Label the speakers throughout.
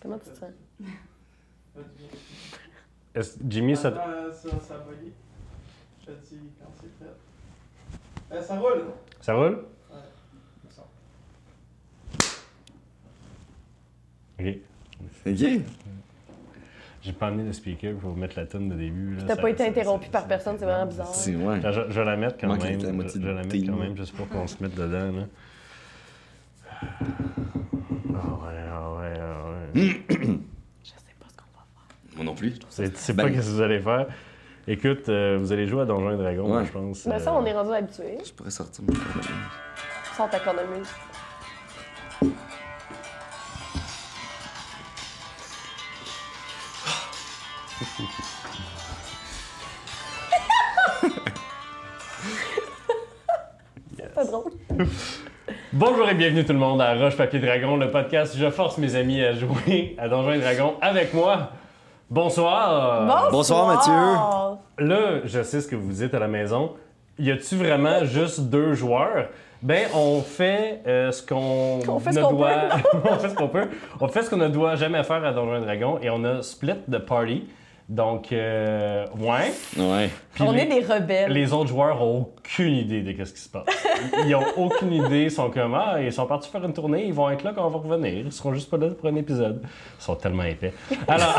Speaker 1: comment tu te sens?
Speaker 2: Est-ce- Jimmy, ça. t-
Speaker 3: Attends, ça, ça a bugué. Je te dis quand c'est fait. Euh, ça roule.
Speaker 2: Ça roule?
Speaker 3: Ça.
Speaker 2: Ok.
Speaker 4: Ok.
Speaker 2: J'ai pas amené le speaker pour mettre la tune de début. là.
Speaker 1: T'as
Speaker 2: Ça-
Speaker 1: pas été
Speaker 2: ça-
Speaker 1: interrompu
Speaker 2: ça-
Speaker 1: par
Speaker 2: ça-
Speaker 1: personne, c'est vraiment bizarre.
Speaker 4: C'est ouais.
Speaker 2: Attends, Je, je vais la mettre quand
Speaker 4: Manque
Speaker 2: même.
Speaker 4: la
Speaker 2: Je,
Speaker 4: moitié
Speaker 2: je vais la
Speaker 4: de
Speaker 2: mettre quand
Speaker 4: thé.
Speaker 2: même juste pour qu'on se mette dedans. Là. Ah ouais, ah ouais, ah ouais.
Speaker 4: Hmm.
Speaker 1: Je sais pas ce qu'on va faire.
Speaker 4: Moi non plus.
Speaker 2: C'est- C'est
Speaker 4: Ben-
Speaker 2: pas ce que vous allez faire. Écoute, euh, vous allez jouer à Donjons et Dragons,
Speaker 4: Ouais.
Speaker 2: je pense.
Speaker 1: Mais Ben, ça,
Speaker 2: euh,
Speaker 1: on est rendu habitué.
Speaker 4: Je pourrais sortir mon téléphone.
Speaker 1: Sans ta cornemuse. C'est pas drôle.
Speaker 2: Bonjour et bienvenue tout le monde à Roche Papier Dragon, le podcast. Je force mes amis à jouer à Donjons et Dragons avec moi. Bonsoir.
Speaker 4: Bonsoir, Mathieu.
Speaker 2: Là, je sais ce que vous dites à la maison. Y a-tu vraiment juste deux joueurs? Ben, on fait euh, ce qu'on
Speaker 1: On fait ce
Speaker 2: ne
Speaker 1: qu'on
Speaker 2: doit. on fait ce qu'on peut. On fait ce qu'on ne doit jamais faire à Donjons et Dragons et on a split the party. Donc, euh, ouais.
Speaker 4: Ouais.
Speaker 2: Puis
Speaker 1: on
Speaker 2: les-
Speaker 1: est des rebelles.
Speaker 2: les autres joueurs ont aucune idée de qu'est-ce qui se passe. Ils ont aucune idée, ils sont comme ah, ils sont partis faire une tournée, ils vont être là quand on va revenir, ils seront juste pas là pour un épisode. Ils sont tellement épais. Alors,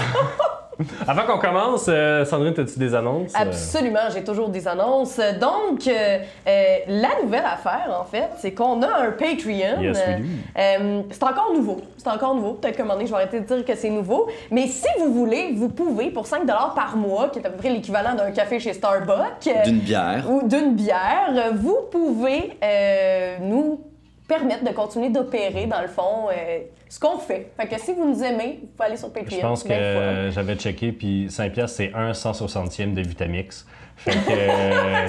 Speaker 2: avant qu'on commence, euh, Sandrine, as-tu des annonces Euh,
Speaker 1: Absolument, j'ai toujours des annonces. Donc, euh, euh, la nouvelle affaire, en fait, c'est qu'on a un Patreon.
Speaker 2: Yes, we do.
Speaker 1: Euh, c'est encore nouveau. C'est encore nouveau. Peut-être qu'à un moment donné, je vais arrêter de dire que c'est nouveau. Mais si vous voulez, vous pouvez, pour 5 par mois, qui est à peu près l'équivalent d'un café chez Starbucks, euh,
Speaker 4: D'une bière.
Speaker 1: ou d'une bière, euh, vous pouvez euh, nous permettre de continuer d'opérer, dans le fond, euh, ce qu'on fait. Fait que si vous nous aimez, vous pouvez aller sur Patreon.
Speaker 2: Je pense que
Speaker 1: Ben, fun.
Speaker 2: euh, j'avais checké, puis 5 piastres, c'est 1 160e de Vitamix. Fait que. euh,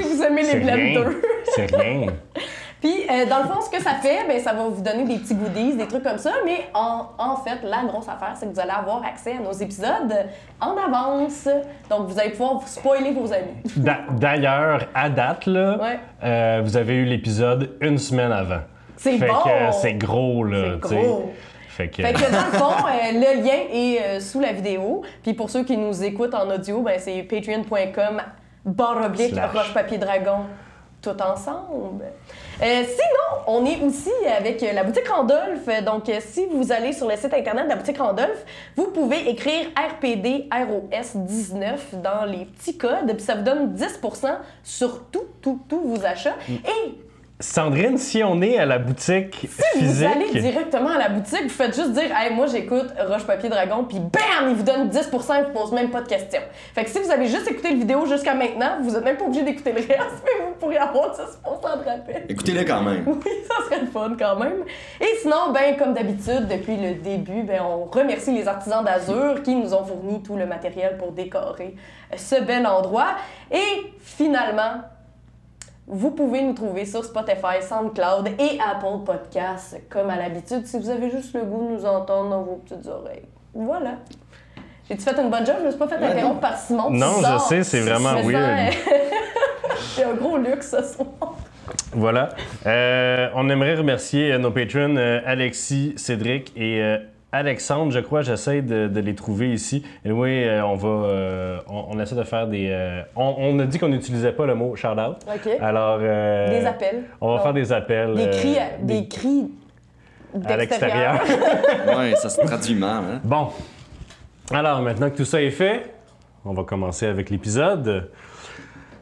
Speaker 1: Si vous aimez les
Speaker 2: c'est
Speaker 1: blenders.
Speaker 2: rien. C'est rien.
Speaker 1: Puis, euh, dans le fond, ce que ça fait, ben, ça va vous donner des petits goodies, des trucs comme ça. Mais en, en fait, la grosse affaire, c'est que vous allez avoir accès à nos épisodes en avance. Donc, vous allez pouvoir vous spoiler vos amis.
Speaker 2: D'a- D'ailleurs, à date, là,
Speaker 1: Ouais.
Speaker 2: euh, vous avez eu l'épisode une semaine avant.
Speaker 1: C'est
Speaker 2: Fait
Speaker 1: bon!
Speaker 2: que euh, c'est gros, là.
Speaker 1: C'est
Speaker 2: tu sais.
Speaker 1: gros.
Speaker 2: Fait que.
Speaker 1: Fait que dans le fond, euh, le lien est euh, sous la vidéo. Puis pour ceux qui nous écoutent en audio, ben, c'est patreon.com barre oblique
Speaker 2: Slash.
Speaker 1: roche papier dragon tout ensemble. Euh, sinon, on est aussi avec euh, la boutique Randolph. Euh, Donc, euh, si vous allez sur le site internet de la boutique Randolph, vous pouvez écrire RPD ROS 19 dans les petits codes. Puis ça vous donne 10 sur tout, tout, tous vos achats. Et
Speaker 2: Sandrine, si on est à la boutique
Speaker 1: vous
Speaker 2: physique.
Speaker 1: allez directement à la boutique, vous faites juste dire Hey, moi j'écoute Roche Papier Dragon, puis bam, ils vous donnent 10 ils vous posent même pas de questions. Fait que si vous avez juste écouté le vidéo jusqu'à maintenant, vous êtes même pas obligé d'écouter le reste, mais vous pourrez avoir 10 de rappel.
Speaker 4: Écoutez-le quand même.
Speaker 1: Oui, ça serait le fun quand même. Et sinon, ben comme d'habitude, depuis le début, ben on remercie les artisans d'Azur qui nous ont fourni tout le matériel pour décorer euh, ce bel endroit. Et finalement, vous pouvez nous trouver sur Spotify, SoundCloud et Apple Podcasts, comme à l'habitude, si vous avez juste le goût de nous entendre dans vos petites oreilles. Voilà. J'ai-tu fait une bonne job? Je me suis pas fait
Speaker 4: Ouais,
Speaker 1: interrompre par Simon.
Speaker 2: Non,
Speaker 1: Tu
Speaker 2: je
Speaker 1: sors.
Speaker 2: sais, c'est vraiment
Speaker 1: Je me sens,
Speaker 2: weird.
Speaker 1: euh, J'ai un gros luxe ce soir.
Speaker 2: Voilà. Euh, on aimerait remercier euh, nos patrons euh, Alexis, Cédric et euh, Alexandre, je crois. J'essaie de, de les trouver ici. Et oui, on va. euh, on, on essaie de faire des. euh, on, on a dit qu'on n'utilisait pas le mot shout out.
Speaker 1: OK.
Speaker 2: Alors. euh,
Speaker 1: Des appels.
Speaker 2: On va
Speaker 1: Non.
Speaker 2: faire des appels.
Speaker 1: Des
Speaker 2: euh,
Speaker 1: cris, à- des, cris
Speaker 2: à l'extérieur.
Speaker 1: d'extérieur.
Speaker 4: Ouais, ça se traduit mal. Hein?
Speaker 2: Bon. Alors, maintenant que tout ça est fait, on va commencer avec l'épisode.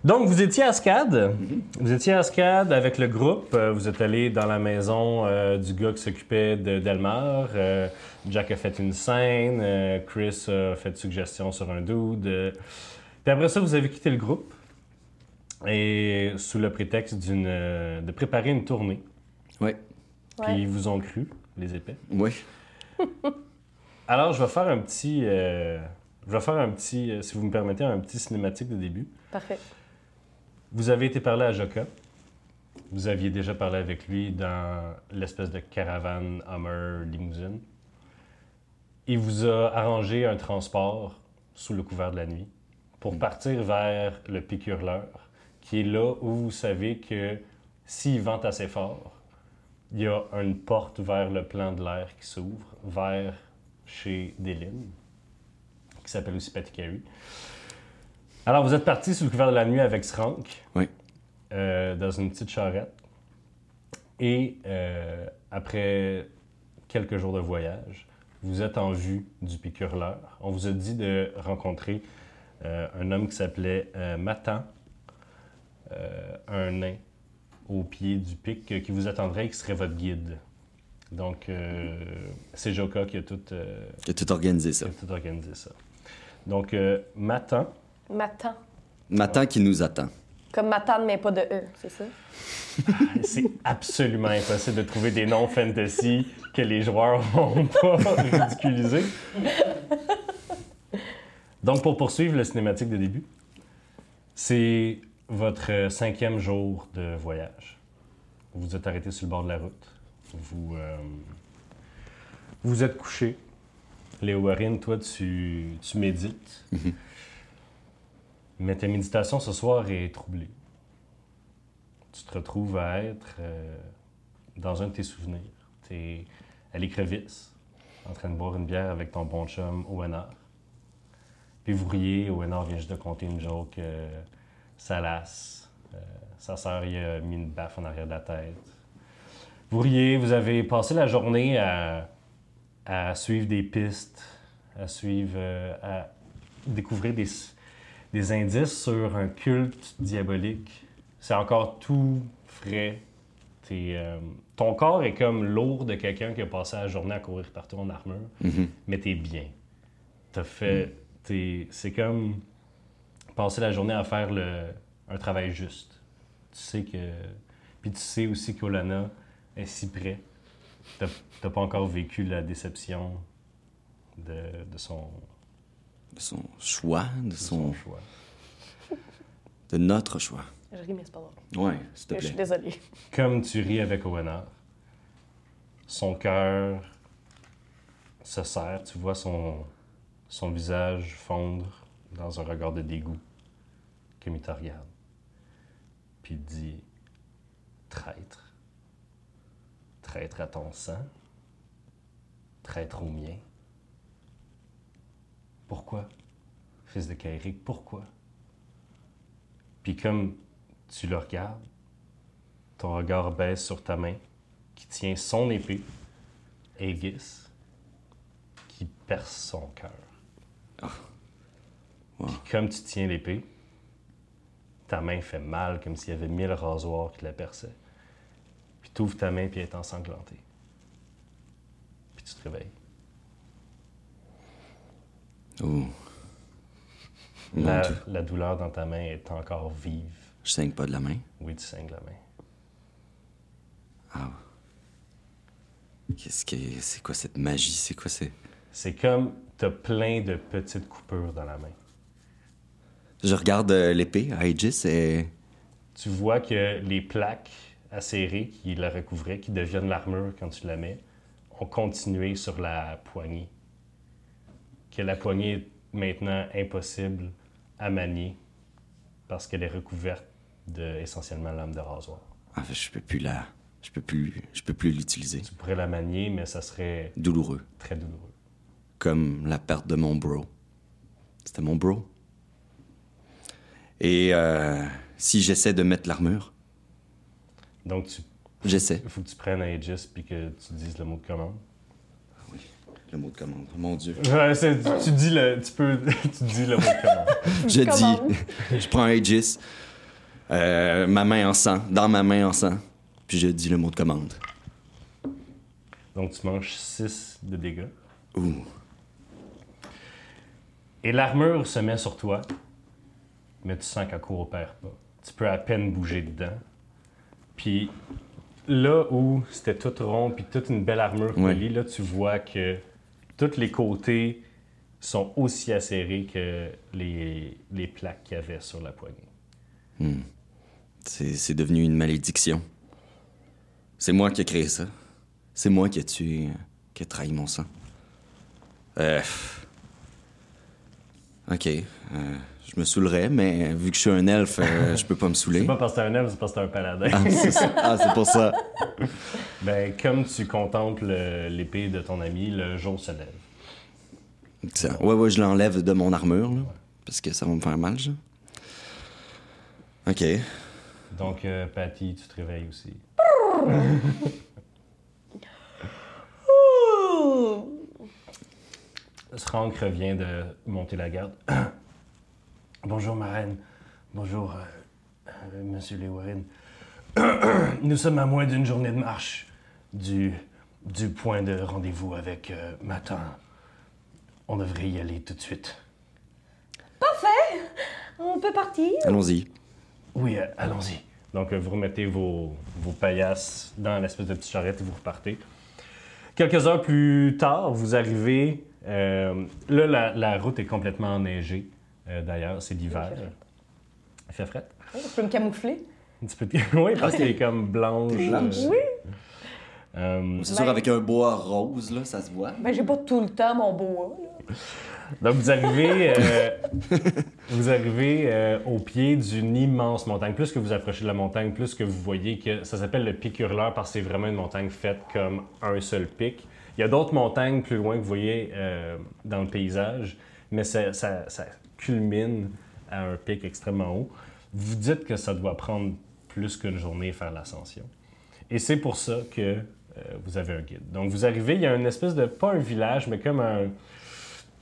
Speaker 2: Donc, vous étiez à SCAD. Vous étiez à SCAD avec le groupe. Euh, Vous êtes allé dans la maison euh, du gars qui s'occupait de Delmar. Euh, Jack a fait une scène. Euh, Chris a fait une suggestion sur un dude. Euh, Puis après ça, vous avez quitté le groupe. Et sous le prétexte d'une, euh, de préparer une tournée.
Speaker 4: Ouais.
Speaker 2: Puis
Speaker 1: Ouais.
Speaker 2: ils vous ont cru, les épais.
Speaker 4: Ouais.
Speaker 2: Alors, je vais faire un petit. euh, je vais faire un petit, euh, si vous me permettez, un petit cinématique de début.
Speaker 1: Parfait.
Speaker 2: Vous avez été parlé à Joka. Vous aviez déjà parlé avec lui dans l'espèce de caravane Hummer Limousine. Il vous a arrangé un transport sous le couvert de la nuit pour partir vers le Pic-Hurleur, qui est là où vous savez que s'il vente assez fort, il y a une porte vers le plan de l'air qui s'ouvre, vers chez Déline, qui s'appelle aussi Patikari. Alors, vous êtes parti sous le couvert de la nuit avec Srank,
Speaker 4: Oui.
Speaker 2: euh, dans une petite charrette. Et euh, après quelques jours de voyage, vous êtes en vue du piqûreur. On vous a dit de rencontrer euh, un homme qui s'appelait euh, Matan, euh, un nain au pied du pic euh, qui vous attendrait et qui serait votre guide. Donc, euh, c'est Joka qui a tout, euh,
Speaker 4: Qui a tout organisé
Speaker 2: qui
Speaker 4: ça.
Speaker 2: a tout organisé ça. Donc, euh, Matan,
Speaker 1: Matan.
Speaker 4: Matin qui nous attend.
Speaker 1: Comme Matan, mais pas de E, c'est ça?
Speaker 2: c'est absolument impossible de trouver des noms fantasy que les joueurs vont pas ridiculiser. Donc, pour poursuivre le cinématique de début, c'est votre euh, cinquième jour de voyage. Vous êtes arrêté sur le bord de la route. Vous, euh, vous êtes couché. Léo Warren, toi, tu, tu médites. Mais ta méditation ce soir est troublée tu te retrouves à être euh, dans un de tes souvenirs. Tu es à l'écrevisse, en train de boire une bière avec ton bon chum Owenard. Puis vous riez, Owenard vient juste de compter une joke euh, salace. Euh, sa sœur y a mis une baffe en arrière de la tête. Vous riez, vous avez passé la journée à, à suivre des pistes, à suivre, euh, à découvrir des, des indices sur un culte diabolique. C'est encore tout frais. T'es, euh, ton corps est comme lourd de quelqu'un qui a passé la journée à courir partout en armure, mais t'es bien. T'as fait. t'es- c'est comme passer la journée à faire le, un travail juste. Tu sais que. Puis tu sais aussi qu'Olana est si près. T'as, t'as pas encore vécu la déception de, de son,
Speaker 4: De son choix, de
Speaker 2: de son
Speaker 4: son.
Speaker 2: choix.
Speaker 4: de notre choix.
Speaker 1: Je ris, mais c'est pas drôle.
Speaker 4: Ouais, s'il te
Speaker 1: Je suis
Speaker 4: plaît.
Speaker 1: désolée.
Speaker 2: Comme tu ris avec Owenard, son cœur se serre, tu vois son, son visage fondre dans un regard de dégoût, comme il te regarde. Puis il dit Traître. Traître à ton sang. Traître au mien. Pourquoi Fils de Kaerik, pourquoi Puis comme tu le regardes, ton regard baisse sur ta main qui tient son épée, Aegis, qui perce son cœur.
Speaker 4: Ah. Wow.
Speaker 2: Puis comme tu tiens l'épée, ta main fait mal comme s'il y avait mille rasoirs qui la perçaient. Puis tu ouvres ta main puis elle est ensanglantée. Puis tu te réveilles.
Speaker 4: Oh, Mon
Speaker 2: La,
Speaker 4: Dieu.
Speaker 2: la douleur dans ta main est encore vive.
Speaker 4: je saigne pas de la main.
Speaker 2: Oui, tu saignes la main.
Speaker 4: Ah. Qu'est-ce que. C'est quoi cette magie? C'est quoi c'est.
Speaker 2: C'est comme t'as plein de petites coupures dans la main.
Speaker 4: Je regarde euh, l'épée, Aegis, et.
Speaker 2: tu vois que les plaques acérées qui la recouvraient, qui deviennent l'armure quand tu la mets, ont continué sur la poignée. Que la poignée est maintenant impossible à manier parce qu'elle est recouverte de essentiellement lame de rasoir.
Speaker 4: Ah, je peux plus la. Je peux plus. Je peux plus l'utiliser.
Speaker 2: Tu pourrais la manier, mais ça serait
Speaker 4: Douloureux.
Speaker 2: très douloureux.
Speaker 4: Comme la perte de mon bro. C'était mon bro. Et euh, si j'essaie de mettre l'armure,
Speaker 2: Donc, tu-
Speaker 4: j'essaie.
Speaker 2: il faut que tu prennes un Aegis puis que tu dises le mot de commande.
Speaker 4: Le mot de commande, mon Dieu.
Speaker 2: Ouais, c'est- tu, tu dis le, tu, peux, tu dis le mot de commande.
Speaker 4: Je
Speaker 1: Commande.
Speaker 4: dis, je prends un Aegis, euh, ma main en sang, dans ma main en sang, puis je dis le mot de commande.
Speaker 2: Donc, tu manges 6 de dégâts.
Speaker 4: Ouh,
Speaker 2: Et l'armure se met sur toi, mais tu sens qu'elle coopère pas. Tu peux à peine bouger dedans. Puis là où c'était tout rond, puis toute une belle armure
Speaker 4: Ouais.
Speaker 2: polie, là tu vois que tous les côtés sont aussi acérés que les, les plaques qu'il y avait sur la poignée.
Speaker 4: c'est c'est devenu une malédiction. C'est moi qui ai créé ça. C'est moi qui ai tué, qui ai trahi mon sang. Euh, pff. Ok, euh, je me saoulerais, mais vu que je suis un elfe, euh, je peux pas me saouler.
Speaker 2: C'est pas parce que t'es un elfe, c'est parce que t'es un paladin.
Speaker 4: Ah, c'est ça. Ah, c'est pour ça.
Speaker 2: Ben, comme tu contemples euh, l'épée de ton ami, le jour se lève.
Speaker 4: Ça. Ouais, ouais, je l'enlève de mon armure, là, parce que ça va me faire mal, genre. OK.
Speaker 2: Donc, euh, Patty, tu te réveilles aussi.
Speaker 1: Ouh!
Speaker 2: Srank revient de monter la garde. Bonjour, ma reine. Bonjour, euh, euh, monsieur Lewarin. Nous sommes à moins d'une journée de marche du, du point de rendez-vous avec euh, Matin. On devrait y aller tout de suite.
Speaker 1: On peut partir?
Speaker 4: Allons-y.
Speaker 2: Oui, euh, allons-y. Donc, euh, vous remettez vos, vos paillasses dans l'espèce de petite charrette et vous repartez. Quelques heures plus tard, vous arrivez. euh, là, la, la route est complètement enneigée. euh, D'ailleurs, c'est l'hiver. Il fait fret.
Speaker 1: Je peux me camoufler?
Speaker 2: Un petit peu de- Oui, parce qu'elle est comme blanche.
Speaker 4: Blanche.
Speaker 2: euh,
Speaker 1: Oui.
Speaker 2: euh,
Speaker 4: C'est
Speaker 1: Ben-
Speaker 4: sûr, avec un bois rose, là, ça se voit.
Speaker 1: Ben, j'ai pas tout le temps mon boa. là.
Speaker 2: Donc, vous arrivez, euh, vous arrivez euh, au pied d'une immense montagne. Plus que vous approchez de la montagne, plus que vous voyez que ça s'appelle le pic hurleur parce que c'est vraiment une montagne faite comme un seul pic. Il y a d'autres montagnes plus loin que vous voyez euh, dans le paysage, mais ça, ça- ça culmine à un pic extrêmement haut. Vous dites que ça doit prendre plus qu'une journée faire l'ascension. Et c'est pour ça que euh, vous avez un guide. Donc, vous arrivez, il y a une espèce de, pas un village, mais comme un,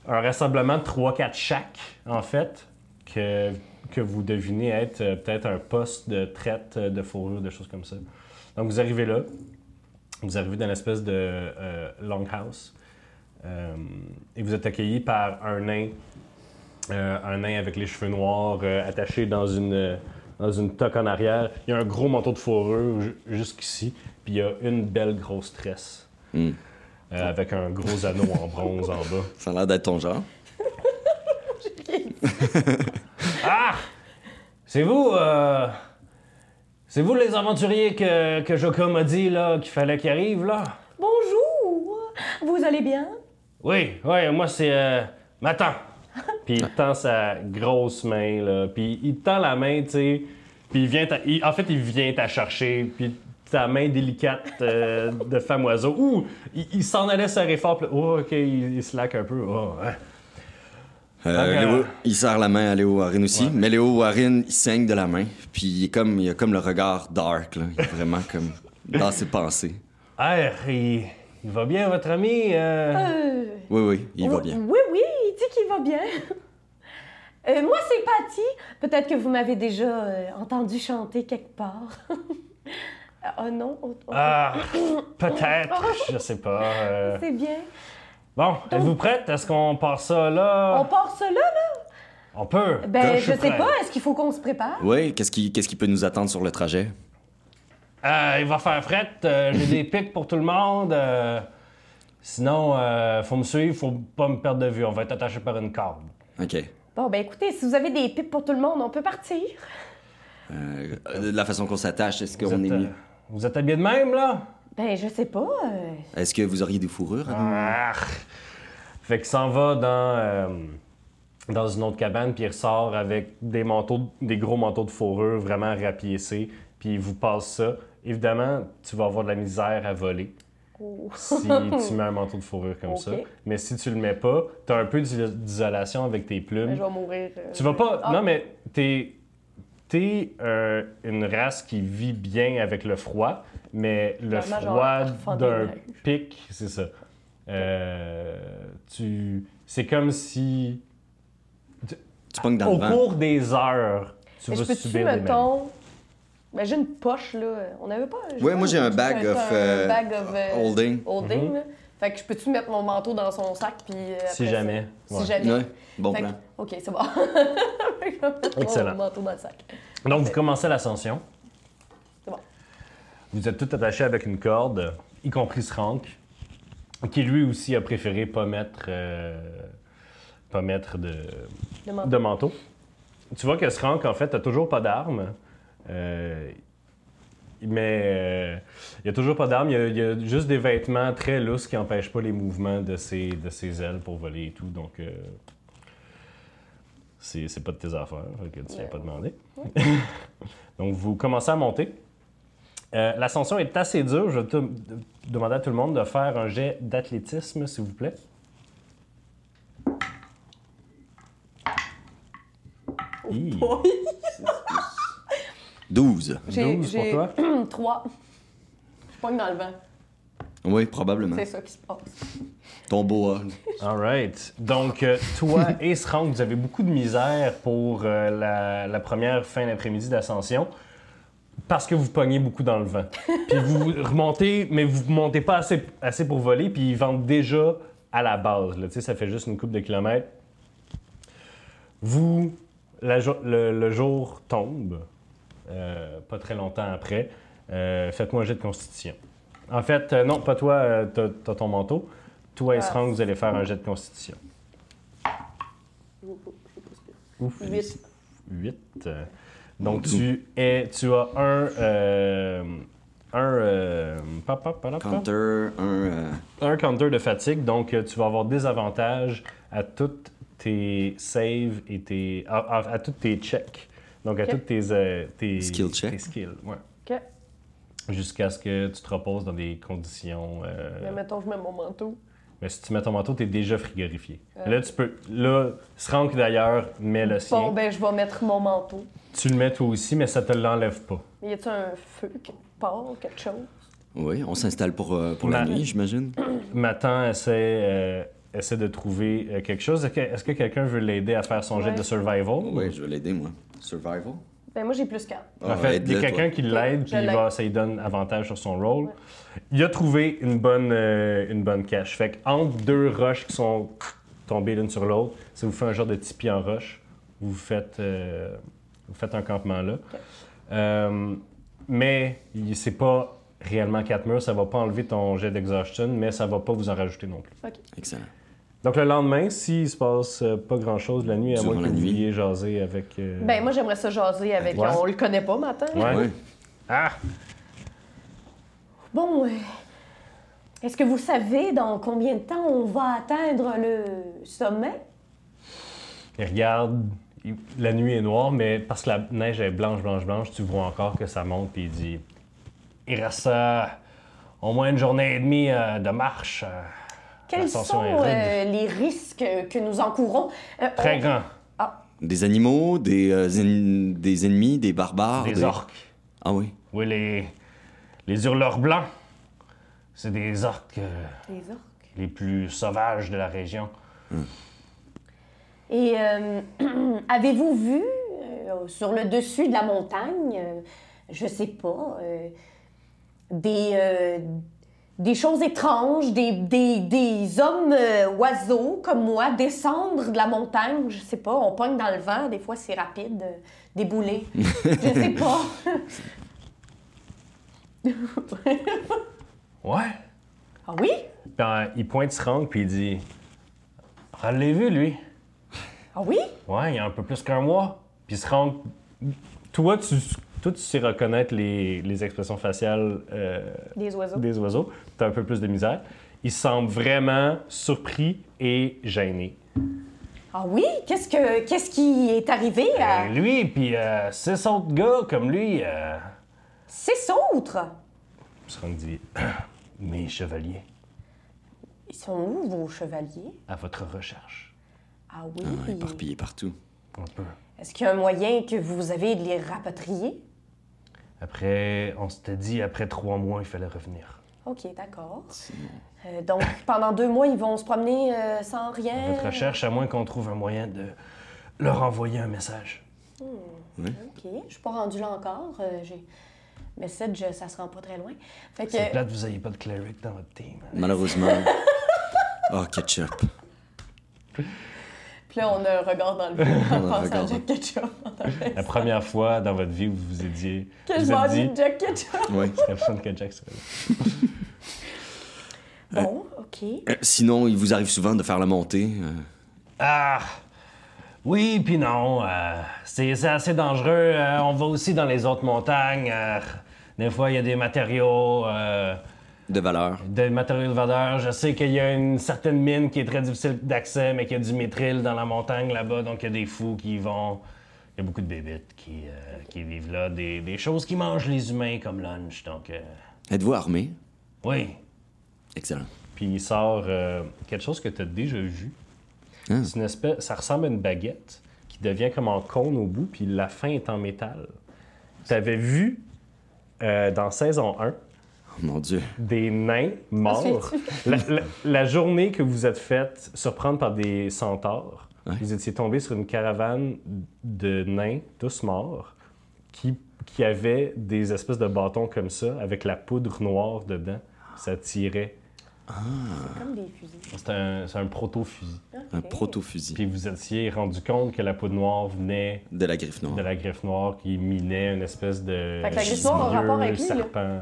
Speaker 2: un rassemblement de 3-4 chaque, en fait, que, que vous devinez être euh, peut-être un poste de traite euh, de fourrure, de choses comme ça. Donc vous arrivez là, vous arrivez dans l'espèce de euh, longhouse, euh, et vous êtes accueilli par un nain, euh, un nain avec les cheveux noirs, euh, attaché dans une, euh, dans une toque en arrière. Il y a un gros manteau de fourrure ju- jusqu'ici, puis il y a une belle grosse tresse.
Speaker 4: Hmm.
Speaker 2: euh, avec un gros anneau en bronze en bas.
Speaker 4: Ça a l'air d'être ton genre.
Speaker 2: Ah! C'est vous, euh, C'est vous les aventuriers que, que Joko m'a dit, là, qu'il fallait qu'ils arrivent, là?
Speaker 1: Bonjour! Vous allez bien?
Speaker 2: Oui, oui, moi, c'est... euh, Matin! Puis il tend sa grosse main, là, puis il te tend la main, tu sais, puis il vient... t'a- il- en fait, il vient t'a chercher, puis ta main délicate euh, de femme oiseau. Ouh! Il, il s'en allait serrer fort, puis là, oh, OK, il, il slack un peu. Oh, ouais.
Speaker 4: Euh,
Speaker 2: Donc, euh,
Speaker 4: Léo, il serre la main à Léo Warren aussi, mais Léo Warren, il saigne de la main, puis il, est comme, il a comme le regard dark, là. Il est vraiment comme dans ses pensées.
Speaker 2: Ah, il, il va bien, votre ami? euh?
Speaker 1: Euh,
Speaker 4: Oui, oui, il va
Speaker 1: oui-
Speaker 4: bien.
Speaker 1: Oui, oui, il dit qu'il va bien. Euh, moi, c'est Patty. Peut-être que vous m'avez déjà euh, entendu chanter quelque part. Ah non, autre- autre-
Speaker 2: Ah, peut-être, je sais pas. euh.
Speaker 1: c'est bien.
Speaker 2: Bon, êtes-vous prête? Est-ce qu'on part ça
Speaker 1: On
Speaker 2: là?
Speaker 1: part ça là, là?
Speaker 2: On, peut.
Speaker 1: Ben,
Speaker 4: Quand je
Speaker 1: je
Speaker 4: suis
Speaker 1: sais
Speaker 2: prêt.
Speaker 1: pas, est-ce qu'il faut qu'on se prépare?
Speaker 4: Oui, qu'est-ce qui, qu'est-ce qui peut nous attendre sur le trajet?
Speaker 2: Euh, il va faire fret, euh, j'ai des pics pour tout le monde. euh, sinon, euh, faut me suivre, faut pas me perdre de vue. On va être attaché par une corde.
Speaker 4: OK.
Speaker 1: Bon, ben écoutez, si vous avez des pipes pour tout le monde, on peut partir.
Speaker 4: Euh, de la façon qu'on s'attache, est-ce
Speaker 2: Vous
Speaker 4: qu'on
Speaker 2: êtes,
Speaker 4: est
Speaker 2: euh,
Speaker 4: mieux?
Speaker 2: vous êtes habillés de même là?
Speaker 1: Ben, je sais pas. euh,
Speaker 4: Est-ce que vous auriez des fourrures? à nous-
Speaker 2: Ah! Fait qu'il s'en va dans, euh, dans une autre cabane, puis il ressort avec des manteaux, des gros manteaux de fourrure vraiment rapiécés, puis il vous passe ça. Évidemment, tu vas avoir de la misère à voler
Speaker 1: oh.
Speaker 2: si tu mets un manteau de fourrure comme
Speaker 1: Ok.
Speaker 2: ça. Mais si tu le mets pas, t'as un peu d'iso- d'isolation avec tes
Speaker 1: Ben,
Speaker 2: plumes.
Speaker 1: je vais mourir. euh.
Speaker 2: Tu vas pas.
Speaker 1: Ah.
Speaker 2: Non, mais t'es. T'es euh, une race qui vit bien avec le froid, mais le
Speaker 1: Vraiment, genre,
Speaker 2: froid
Speaker 1: enfant des
Speaker 2: d'un
Speaker 1: neiges.
Speaker 2: pic, c'est ça. Euh, tu. C'est comme si.
Speaker 4: Tu pognes dans
Speaker 2: Au
Speaker 4: le vent.
Speaker 2: cours des heures, tu
Speaker 1: Mais je
Speaker 2: vas
Speaker 1: peux-tu,
Speaker 2: subir des
Speaker 1: mettons... Ben, j'ai une poche, là. On avait pas... j'ai
Speaker 4: Ouais,
Speaker 1: pas
Speaker 4: moi,
Speaker 1: une-
Speaker 4: j'ai un bag of,
Speaker 1: Un
Speaker 4: euh,
Speaker 1: bag of... euh,
Speaker 4: holding.
Speaker 1: holding, là. Fait que je peux-tu mettre mon manteau dans son sac, puis... euh, après
Speaker 2: Mhm. Si
Speaker 1: ça-
Speaker 2: jamais.
Speaker 1: Si
Speaker 2: Ouais.
Speaker 1: jamais.
Speaker 4: Ouais, bon
Speaker 1: Fait que-
Speaker 4: plan.
Speaker 1: OK, c'est bon. Fait que je vais mettre
Speaker 2: Excellent.
Speaker 1: Mon manteau dans le sac.
Speaker 2: Donc, vous commencez l'ascension.
Speaker 1: C'est bon.
Speaker 2: Vous êtes tout attaché avec une corde, y compris Srank, qui lui aussi a préféré pas mettre, euh, pas mettre de,
Speaker 1: Le manteau.
Speaker 2: de manteau. Tu vois que Srank, en fait, t'as toujours pas d'arme. Euh, mais euh, il y a toujours pas d'arme. Il y a- il y, a juste des vêtements très lousses qui empêchent pas les mouvements de ses, de ses ailes pour voler et tout. Donc, euh, C'est c'est pas de tes affaires, fait que tu viens
Speaker 1: Ouais.
Speaker 2: pas demander. Donc, vous commencez à monter. Euh, L'ascension est assez dure. Je vais te- demander à tout le monde de faire un jet d'athlétisme, s'il vous plaît. Hi.
Speaker 1: Oh Boy.
Speaker 4: 12.
Speaker 1: J'ai-
Speaker 2: 12 pour
Speaker 1: j'ai-
Speaker 2: toi.
Speaker 1: Trois. Je pogne dans le vent.
Speaker 4: Oui, probablement.
Speaker 1: C'est ça qui se passe.
Speaker 4: Ton boa.
Speaker 2: All right. Donc, euh, toi et Srank, vous avez beaucoup de misère pour euh, la, la première fin d'après-midi d'ascension parce que vous pognez beaucoup dans le vent. Puis vous remontez, mais vous montez pas assez, assez pour voler, puis ils vendent déjà à la base. là. Tu sais, ça fait juste une coupe de kilomètres. Vous, la jo- le, le jour tombe, euh, pas très longtemps après. Euh, Faites-moi un jet de constitution. En fait, euh, non, pas toi, euh, t'as t'as ton manteau. Toi et
Speaker 1: Ah.
Speaker 2: Srank, vous allez faire un jet de constitution.
Speaker 1: Je vais pas- je vais pas se-
Speaker 2: Ouf.
Speaker 1: Huit.
Speaker 2: 8. Donc, tu, es, tu as un. euh, un. euh, pa- pa- pa- pa- pa-
Speaker 4: Counter, un. euh,
Speaker 2: un counter de fatigue. Donc, euh, tu vas avoir des avantages à toutes tes saves et tes. à, à- à toutes tes checks. Donc, à
Speaker 1: Ok.
Speaker 2: toutes tes. euh, tes
Speaker 4: Skill check.
Speaker 2: Tes skills, ouais.
Speaker 1: Ok.
Speaker 2: Jusqu'à ce que tu te reposes dans des conditions. euh,
Speaker 1: Mais mettons, je mets mon manteau.
Speaker 2: mais si tu mets ton manteau, t'es déjà frigorifié.
Speaker 1: Euh.
Speaker 2: Là, tu peux. Là, Srank d'ailleurs met le sien.
Speaker 1: Bon, ben, je vais mettre mon manteau.
Speaker 2: Tu le mets toi aussi, mais ça te l'enlève pas.
Speaker 1: Y a-tu un feu quelque part, quelque chose?
Speaker 4: Oui, on s'installe pour, euh, pour la
Speaker 2: Ma- Oh.
Speaker 4: nuit, j'imagine.
Speaker 2: Matan essaie, euh, essaie de trouver euh, quelque chose. Est-ce que, est-ce que quelqu'un veut l'aider à faire son jet
Speaker 1: Ouais.
Speaker 2: de survival?
Speaker 4: Oui, Ah, je vais l'aider, moi. Survival?
Speaker 1: Ben, moi, j'ai plus quatre.
Speaker 2: En fait, il y a quelqu'un qui l'aide,
Speaker 1: Je
Speaker 2: puis il
Speaker 1: l'aide.
Speaker 2: va, ça lui donne avantage sur son rôle. Il a trouvé une bonne, euh, une bonne cache. Fait que entre deux roches qui sont tombées l'une sur l'autre, ça vous fait un genre de tipi en roche. Vous faites, euh, vous faites un campement là. Euh, mais il- c'est pas réellement quatre murs, ça va pas enlever ton jet d'exhaustion, mais ça va pas vous en rajouter non plus.
Speaker 4: Excellent.
Speaker 2: Donc le lendemain, s'il se passe euh, pas grand-chose la nuit, à
Speaker 4: Durant
Speaker 2: moins que
Speaker 4: la
Speaker 2: vous
Speaker 4: nuit.
Speaker 2: vouliez jaser avec... euh,
Speaker 1: Ben, moi, j'aimerais ça jaser avec.
Speaker 2: Ouais.
Speaker 1: On le connaît pas, matin.
Speaker 2: Ouais.
Speaker 4: Ouais.
Speaker 2: Ah!
Speaker 5: Bon, euh, est-ce que vous savez dans combien de temps on va atteindre le sommet?
Speaker 2: Il regarde, il- la nuit est noire, mais parce que la neige est blanche, blanche, blanche, tu vois encore que ça monte, puis il dit Il reste euh, au moins une journée et demie euh, de marche. euh,
Speaker 5: Quels
Speaker 2: L'ascension
Speaker 5: sont
Speaker 2: est rude.
Speaker 5: euh, les risques que nous encourons? Euh, on-
Speaker 2: très grand,
Speaker 4: Des animaux, des, euh, en- des ennemis, des barbares.
Speaker 2: des orques.
Speaker 4: Ah oui.
Speaker 2: Oui, les, les hurleurs blancs, c'est des orques euh,
Speaker 5: Des orques.
Speaker 2: les plus sauvages de la région.
Speaker 5: Et euh, avez-vous vu euh, sur le dessus de la montagne, euh, je sais pas, euh, des, euh, des choses étranges, des, des, des hommes euh, oiseaux comme moi descendre de la montagne, je sais pas, on pogne dans le vent, des fois c'est rapide, euh, débouler, je sais pas.
Speaker 2: Ouais.
Speaker 5: Ah oui?
Speaker 2: Puis, euh, il pointe Srank, puis il dit Allez-vous, lui
Speaker 5: Ah oui?
Speaker 2: Ouais, il y a un peu plus qu'un mois. Puis il se rend. Toi, tu, toi, tu sais reconnaître les, les expressions faciales euh,
Speaker 5: Des oiseaux.
Speaker 2: des oiseaux. T'as un peu plus de misère. Il semble vraiment surpris et gêné.
Speaker 5: Ah oui? Qu'est-ce que qu'est-ce qui est arrivé à
Speaker 2: Et lui, puis euh, six autres gars comme lui, euh,
Speaker 5: six autres?
Speaker 2: il se rend dit Mes chevaliers,
Speaker 5: Ils sont où vos chevaliers?
Speaker 2: à votre recherche.
Speaker 5: Ah oui.
Speaker 4: Ah, éparpillés partout.
Speaker 2: Un peu.
Speaker 5: Est-ce qu'il y a un moyen que vous avez de les rapatrier?
Speaker 2: Après, on s'était dit, après trois mois, il fallait revenir.
Speaker 5: OK, d'accord. Euh, donc, pendant deux mois, ils vont se promener euh, sans
Speaker 2: À
Speaker 5: rien.
Speaker 2: votre recherche, à moins qu'on trouve un moyen de leur envoyer un message.
Speaker 5: OK, je suis pas rendue là encore. Euh, j'ai... Message, ça se rend pas très loin. Fait
Speaker 2: C'est
Speaker 5: que,
Speaker 2: plate, vous n'ayez pas de cleric dans votre team. hein.
Speaker 4: Malheureusement. Oh, ketchup.
Speaker 1: Puis là, on a un regard dans le vent en
Speaker 4: On a
Speaker 1: pensant à
Speaker 4: un regard.
Speaker 1: Jack Ketchup.
Speaker 2: La première fois dans votre vie, vous vous étiez.
Speaker 1: Que
Speaker 2: vous
Speaker 1: je
Speaker 2: êtes
Speaker 1: m'en
Speaker 2: dit,
Speaker 1: dis Jack Ketchup.
Speaker 4: Ouais.
Speaker 2: la personne que Jack serait là.
Speaker 5: bon, OK.
Speaker 4: Euh, Sinon, il vous arrive souvent de faire la montée. euh,
Speaker 2: Ah! Oui, puis non. euh, c'est c'est assez dangereux. euh, on va aussi dans les autres montagnes. euh, des fois, il y a des matériaux. euh,
Speaker 4: de valeur.
Speaker 2: de matériaux de valeur. Je sais qu'il y a une certaine mine qui est très difficile d'accès, mais qu'il y a du métril dans la montagne là-bas, donc il y a des fous qui y vont. Il y a beaucoup de bébites qui, euh, qui vivent là, des, des choses qui mangent les humains comme lunch, donc euh,
Speaker 4: Êtes-vous armé?
Speaker 2: oui.
Speaker 4: Excellent.
Speaker 2: Puis il sort euh, quelque chose que tu as déjà vu.
Speaker 4: Ah.
Speaker 2: C'est une espèce, ça ressemble à une baguette qui devient comme en cône au bout, puis la fin est en métal. Tu avais vu euh, dans saison 1
Speaker 4: Oh mon Dieu.
Speaker 2: des nains morts. la, la- la journée que vous êtes faite surprendre par des centaures,
Speaker 4: Ouais.
Speaker 2: vous étiez tombé sur une caravane de nains, tous morts, qui, qui avaient des espèces de bâtons comme ça, avec la poudre noire dedans. Ça tirait.
Speaker 1: Comme des fusils.
Speaker 2: C'est un, c'est un proto-fusil.
Speaker 4: Un proto-fusil
Speaker 2: Puis vous étiez rendu compte que la poudre noire venait
Speaker 4: de la griffe noire.
Speaker 2: de la griffe noire qui minait une espèce de.
Speaker 1: Fait que la griffe noire a
Speaker 2: milieu
Speaker 1: rapport avec lui, là.
Speaker 2: serpent.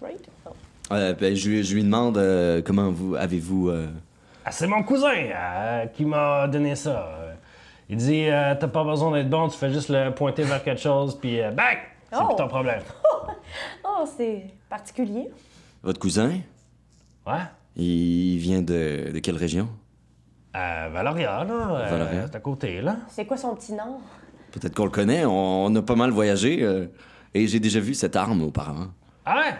Speaker 1: Right? Non.
Speaker 4: Euh, ben, je, lui- je lui demande euh, comment vous avez-vous. euh,
Speaker 2: Ah, c'est mon cousin euh, qui m'a donné ça. Euh, Il dit euh, T'as pas besoin d'être bon, tu fais juste le pointer vers quelque chose, puis euh, bang C'est
Speaker 1: Oh!
Speaker 2: plus ton problème.
Speaker 1: Oh, c'est particulier.
Speaker 4: Votre cousin,
Speaker 2: Ouais
Speaker 4: il vient de, de quelle région
Speaker 2: Euh, Valoria, là. euh,
Speaker 4: Valoria.
Speaker 2: c'est à côté, là.
Speaker 5: C'est quoi son petit nom?
Speaker 4: Peut-être qu'on le connaît, on, on a pas mal voyagé euh, et j'ai déjà vu cette arme auparavant.
Speaker 2: Ah ouais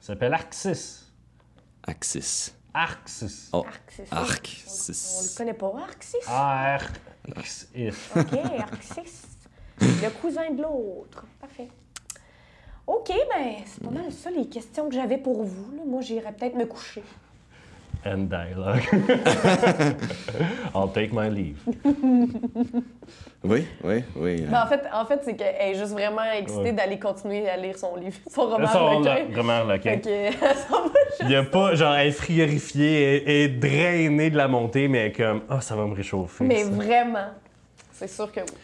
Speaker 2: Ça s'appelle Arxis.
Speaker 4: Axis.
Speaker 2: Arxis.
Speaker 4: Oh,
Speaker 5: Arxis.
Speaker 4: Arc.
Speaker 5: On le connaît pas, Arxis?
Speaker 2: A-R-X-I.
Speaker 5: OK, Arxis. Le cousin de l'autre. Parfait. OK, ben c'est pas mal ça les questions que j'avais pour vous. là. Moi, j'irais peut-être me coucher.
Speaker 2: End dialogue. I'll take my leave.
Speaker 4: Oui, oui, oui. euh,
Speaker 1: Ben,
Speaker 2: Bah,
Speaker 1: en fait, en fait c'est qu'elle est juste vraiment excitée
Speaker 2: Ouais.
Speaker 1: d'aller continuer à lire son livre, son roman.
Speaker 2: Son
Speaker 1: américain.
Speaker 2: la- roman
Speaker 1: Fait
Speaker 2: local.
Speaker 1: que, elle s'en va
Speaker 2: Il y a pas, genre, elle est frigorifiée, elle elle est drainée de la montée, mais elle est comme, ah, ça va me réchauffer.
Speaker 1: Mais
Speaker 2: ça.
Speaker 1: vraiment, c'est sûr que oui,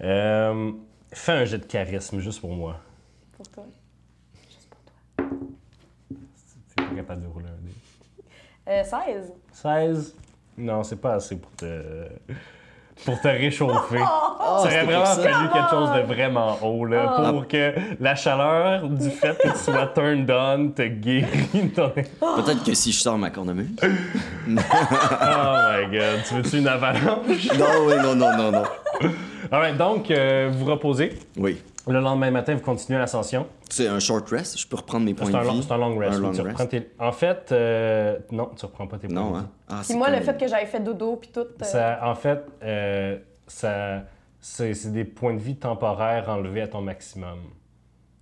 Speaker 2: Euh, fais un jet de charisme juste pour moi.
Speaker 1: pour toi.
Speaker 2: T'es pas capable de rouler un dé.
Speaker 1: Euh, 16.
Speaker 2: 16? Non, c'est pas assez pour te. pour te réchauffer. ça aurait
Speaker 4: Ah, c'était
Speaker 2: vraiment
Speaker 4: pour ça.
Speaker 2: fallu quelque chose de vraiment haut, là,
Speaker 1: Oh.
Speaker 2: pour que la chaleur du fait que tu sois turned on te guérit. ton-
Speaker 4: Peut-être que si je sors ma cornemuse.
Speaker 2: Oh my god, tu veux-tu une avalanche?
Speaker 4: non, oui, non, non, non, non.
Speaker 2: Alright, donc, euh, vous reposez.
Speaker 4: Oui.
Speaker 2: Le lendemain matin, vous continuez l'ascension.
Speaker 4: C'est un short rest, je peux reprendre mes points
Speaker 2: C'est un,
Speaker 4: de
Speaker 2: long,
Speaker 4: vie.
Speaker 2: c'est un long rest.
Speaker 4: Un
Speaker 2: oui,
Speaker 4: long
Speaker 2: tu reprends
Speaker 4: rest.
Speaker 2: tes- En fait, euh, non, tu reprends pas tes points
Speaker 4: Non,
Speaker 2: de vie.
Speaker 4: hein. Ah,
Speaker 1: Puis
Speaker 4: c'est
Speaker 1: moi, le
Speaker 4: comme-
Speaker 1: fait que j'avais fait dodo, puis tout. euh,
Speaker 2: Ça, en fait, euh, ça, c'est, c'est des points de vie temporaires enlevés à ton maximum.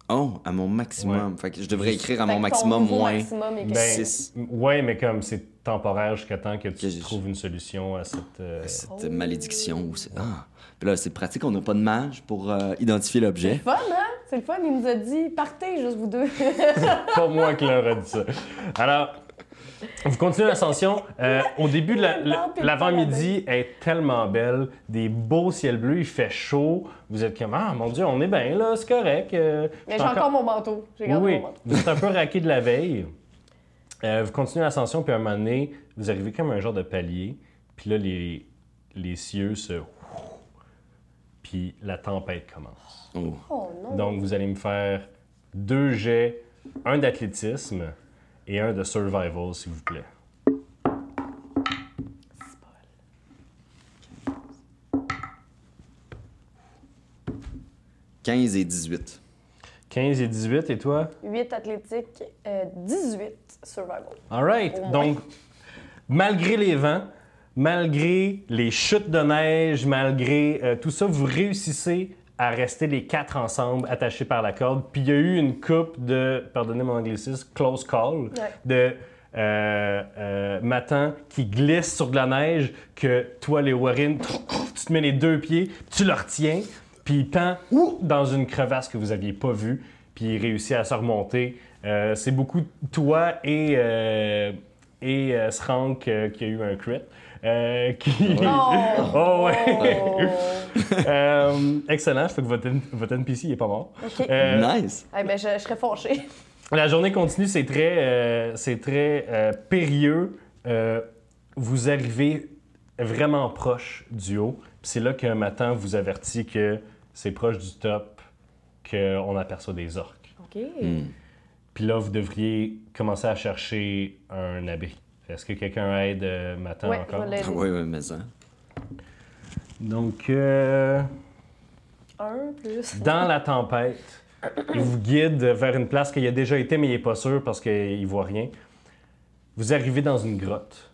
Speaker 4: Oh, à mon maximum. Fait que je devrais écrire à
Speaker 1: fait que
Speaker 4: mon
Speaker 1: ton
Speaker 4: maximum
Speaker 1: nouveau
Speaker 4: moins.
Speaker 1: maximum est que-
Speaker 2: Ben,
Speaker 4: Six.
Speaker 2: m- ouais, mais comme c'est temporaire jusqu'à temps que tu
Speaker 4: Que j'ai-
Speaker 2: trouves une solution à cette. euh,
Speaker 4: Cette malédiction. ou c'est- Ah. Puis là, c'est pratique, on n'a pas de mage pour euh, identifier
Speaker 1: C'est le
Speaker 4: l'objet.
Speaker 1: fun, hein? C'est le fun, il nous a dit partez juste vous deux.
Speaker 2: Pas moi qui leur ai dit ça. Alors, vous continuez l'ascension. Euh, au début de la- la- l'avant-midi est tellement belle. Des beaux ciels bleus, il fait chaud. Vous êtes comme, ah mon Dieu, on est bien là, c'est correct. euh,
Speaker 1: Mais
Speaker 2: je
Speaker 1: j'ai
Speaker 2: suis
Speaker 1: encore mon manteau. J'ai gardé
Speaker 2: Oui,
Speaker 1: mon
Speaker 2: oui.
Speaker 1: manteau.
Speaker 2: vous êtes un peu raqué de la veille. Euh, vous continuez l'ascension, puis à un moment donné, vous arrivez comme à un genre de palier. Puis là, les, les cieux se... Puis la tempête commence.
Speaker 4: Oh.
Speaker 1: Oh non.
Speaker 2: Donc, vous allez me faire deux jets, un d'athlétisme et un de survival, s'il vous plaît.
Speaker 4: « 15 et 18.
Speaker 2: 15 et 18, et toi?
Speaker 1: 8 athlétiques, euh, 18 survival.
Speaker 2: All right. Oh. Donc, malgré les vents, malgré les chutes de neige, malgré euh, tout ça, vous réussissez à rester les quatre ensemble attachés par la corde. Puis il y a eu une coupe de, pardonnez mon anglicisme, close call, de euh, euh, Matan qui glisse sur de la neige, que toi, les Warren, tu te mets les deux pieds, tu le retiens, puis il pend ouh, dans une crevasse que vous aviez pas vue, puis il réussit à se remonter. Euh, c'est beaucoup toi et, euh, et euh, Srank, euh, qui a eu un crit. euh, qui...
Speaker 1: Ah
Speaker 2: Oh, ouais.
Speaker 1: Oh!
Speaker 2: Euh, excellent, je fais que votre, N- votre NPC il est pas mort.
Speaker 1: OK.
Speaker 2: Euh,
Speaker 4: Nice.
Speaker 1: Eh ben, je, je serais fâchée.
Speaker 2: la journée continue, c'est très, euh, c'est très euh, périlleux. Euh, vous arrivez vraiment proche du haut. Puis C'est là qu'un matin vous avertit que c'est proche du top qu'on aperçoit des orques.
Speaker 5: OK.
Speaker 2: Puis là, vous devriez commencer à chercher un abri. Est-ce que quelqu'un aide euh, Matin
Speaker 1: Ouais,
Speaker 2: encore?
Speaker 1: je l'ai.
Speaker 4: Ah, ouais, ouais, mais ça.
Speaker 2: Donc, euh,
Speaker 1: Un plus.
Speaker 2: dans la tempête, il vous guide vers une place qu'il a déjà été, mais il n'est pas sûr parce qu'il voit rien. Vous arrivez dans une grotte.